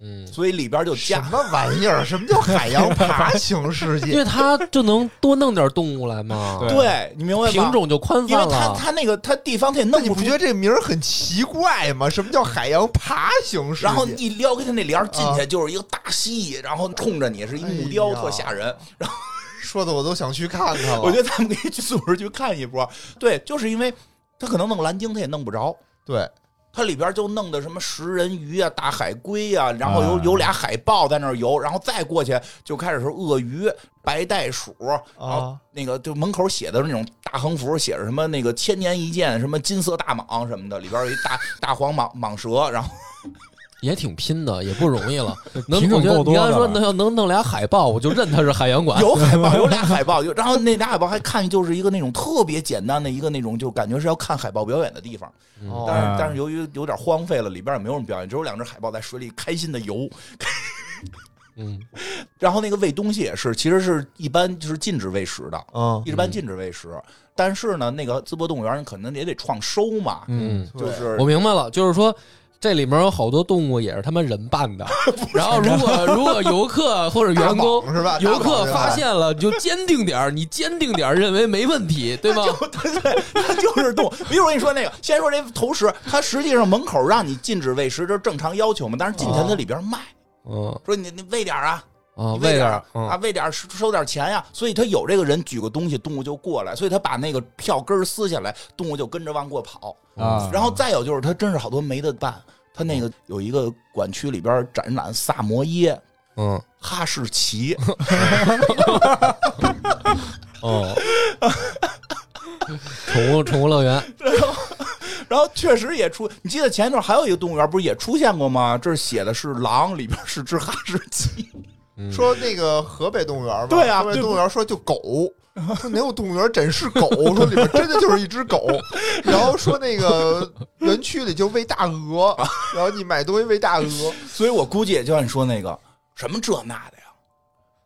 嗯，所以里边就什加么玩意儿？什么叫海洋爬行世因 界？为他就能多弄点动物来嘛，对对你明白吗？品种就宽因为泛他了。他那个他地方他也那弄你不不出觉，得这名儿很奇怪吗？什么叫海洋爬行世界？嗯然后一撩开他那帘儿进去就是一个大蜥蜴，然后冲着你是一木哎雕，呀特吓人。说的我都想去看看了。我觉得咱们可以去组织去看一波。对，就是因为他可能弄蓝鲸他也弄不着。对，它里边就弄的什么食人鱼啊、大海龟啊，然后有啊有俩海豹在那儿游，然后再过去就开始是鳄鱼、白袋鼠，然后啊那个就门口写的是那种大横幅，写着什么那个千年一见什么金色大蟒啊什么的，里边有一大大黄蟒蟒蛇，然后也挺拼的，也不容易 了。能品种我觉得够多你刚才的说了能要能弄俩海豹，我就认它是海洋馆。有海豹，有俩海豹，有然后那俩海豹还看就是一个那种特别简单的一个那种，就感觉是要看海豹表演的地方，嗯哦但是啊但是由于有点荒废了，里边也没有人表演，只有两只海豹在水里开心的游。嗯， 然后那个喂东西也是，其实是一般就是禁止喂食的，嗯，一般禁止喂食。但是呢，那个淄博动物园你可能也得创收嘛，嗯，对就是我明白了，就是说这里面有好多动物也是他们人扮 的。然后如果如果游客或者大员工蟒是吧？游大蟒客是吧发现了，你就坚定点儿，你坚定点儿，认为没问题，对吧？ 对对， 它就是动物。比如我跟你说那个，先说这投食，它实际上门口让你禁止喂食，这是正常要求嘛。但是进前它里边卖，嗯说你你喂点儿啊，啊，你喂点点儿儿，嗯啊，喂点儿收收点儿钱呀。所以他有这个人举个东西，动物就过来，所以他把那个票根儿撕下来，动物就跟着往过跑。嗯啊然后再有就是，他真是好多没得办。他那个有一个馆区里边展览萨摩耶、嗯哈士奇， 哦，宠物宠物乐园，然后确实也出。你记得前一段还有一个动物园不是也出现过吗？这儿写的是狼，里边是只哈士奇。嗯说那个河北动物园嘛，对啊河北对动物园说就狗，说没有动物园真是狗，说里边真的就是一 只狗，然后说那个园区里就喂大鹅，然后你买东西喂大鹅，所以我估计也就像你说那个什么这那的呀，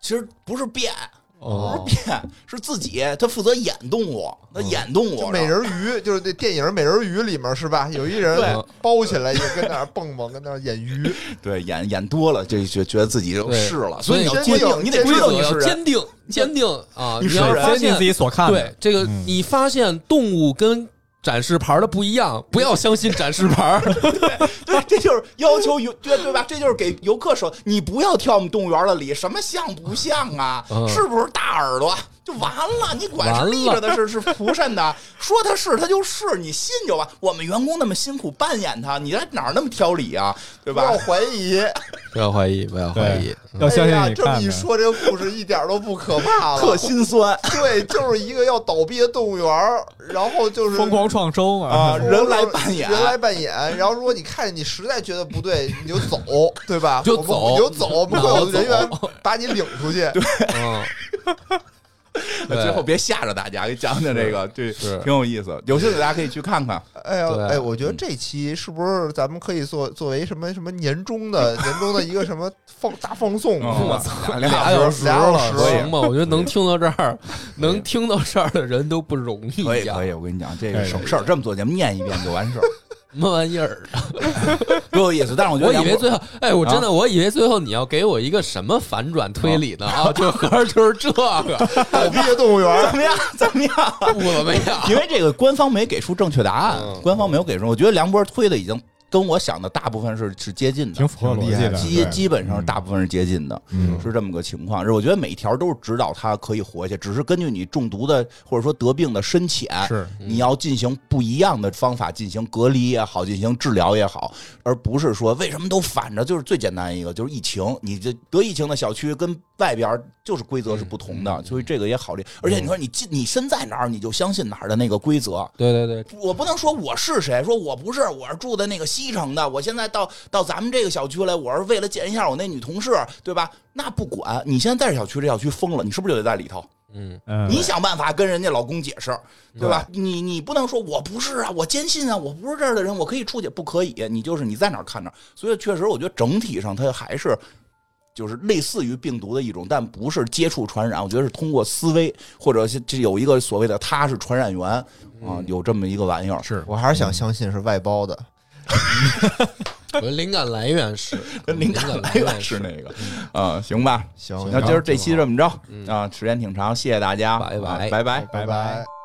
其实不是变，不是哦，变，是自己他负责演动物，他演动就物。美人鱼，就是那电影《美人鱼》里面是吧？有一人嗯对包起来也跟那儿蹦蹦，跟那儿演 鱼，对演演多了，这就觉得自己就是了，所以你要所以坚有定，你得规规知道则你是要人。坚定坚定啊！你你是要人发坚定现自己所看对的，这个，嗯你发现动物跟展示牌的不一 样，不要相信展示牌。对，这就是要求游对对吧？这就是给游客说，你不要挑我们动物园的理，什么像不像啊？嗯是不是大耳朵？就完了，你管完是了立着的是是蒲扇的，说他是他就是，你信就完。我们员工那么辛苦扮演他，你在哪儿那么挑理啊？对不要吧？怀 疑。 不要怀疑，不要怀疑对。要相哎信呀，你这么看一的。说，这个故事一点都不可怕了，特心酸对，就是一个要倒闭的动物园儿，然后就是疯狂创收啊！嘛，人来扮演，人来扮演。然后如果你看见你实在觉得不对，你就走，对吧？就我们走你就走，我们会我有走人员把你领出去。嗯，对 最后别吓着大家，给讲讲这个，对，是挺有意思。有兴趣大家可以去看看。哎呀对，哎，我觉得这期是不是咱们可以做作为什么什么年终的年终的一个什么放大放送？嗯是吧操，俩俩小小时时俩了小，时行吧？我觉得能听到这儿，能听到这儿的人都不容易可以呀可。以，我跟你讲，这个哎可以省事儿，这么做节目念一遍 就完事儿，什么玩意儿？啊多有意思。但是我觉得啊我以为杨最后，哎，我真的我以为最后你要给我一个什么反转推理呢？啊，就合着就是这个，倒闭的动物博 园儿怎么样？怎么样？不怎么样。因为这个官方没给出正确答案嗯，官方没有给出。我觉得梁波推的已经跟我想的大部分是是接近的挺，符合逻辑的，基对基本上是嗯大部分是接近的，嗯是这么个情况。是我觉得每一条都是指导他可以活下去，只是根据你中毒的或者说得病的深浅，是你要进行不一样的方法进行隔离也好，进行治疗也好，而不是说为什么都反着。就是最简单一个，就是疫情，你这得疫情的小区跟外边儿就是规则是不同的，所以这个也好理。而且你说你进你身在哪儿，你就相信哪儿的那个规则， 对对对，我不能说我是谁，说我不是，我是住的那个西城的，我现在到到咱们这个小区来，我是为了见一下我那女同事，对吧？那不管你现在在这小区，这小区封了，你是不是就得在里头？嗯，嗯，你想办法跟人家老公解释，对吧？你你不能说我不是啊，我坚信啊，我不是这儿的人，我可以出去，不可以？你就是你在哪儿看哪儿。所以确实，我觉得整体上它还是。就是类似于病毒的一种，但不是接触传染，我觉得是通过思维或者是这有一个所谓的他是传染源啊，有这么一个玩意儿。是我还是想相信是外包的， 我的灵感来源是跟灵感来源是那个，啊，行吧，行，那今儿这挺期好这么着嗯啊，时间挺长，谢谢大家，拜拜啊拜拜。拜拜拜拜。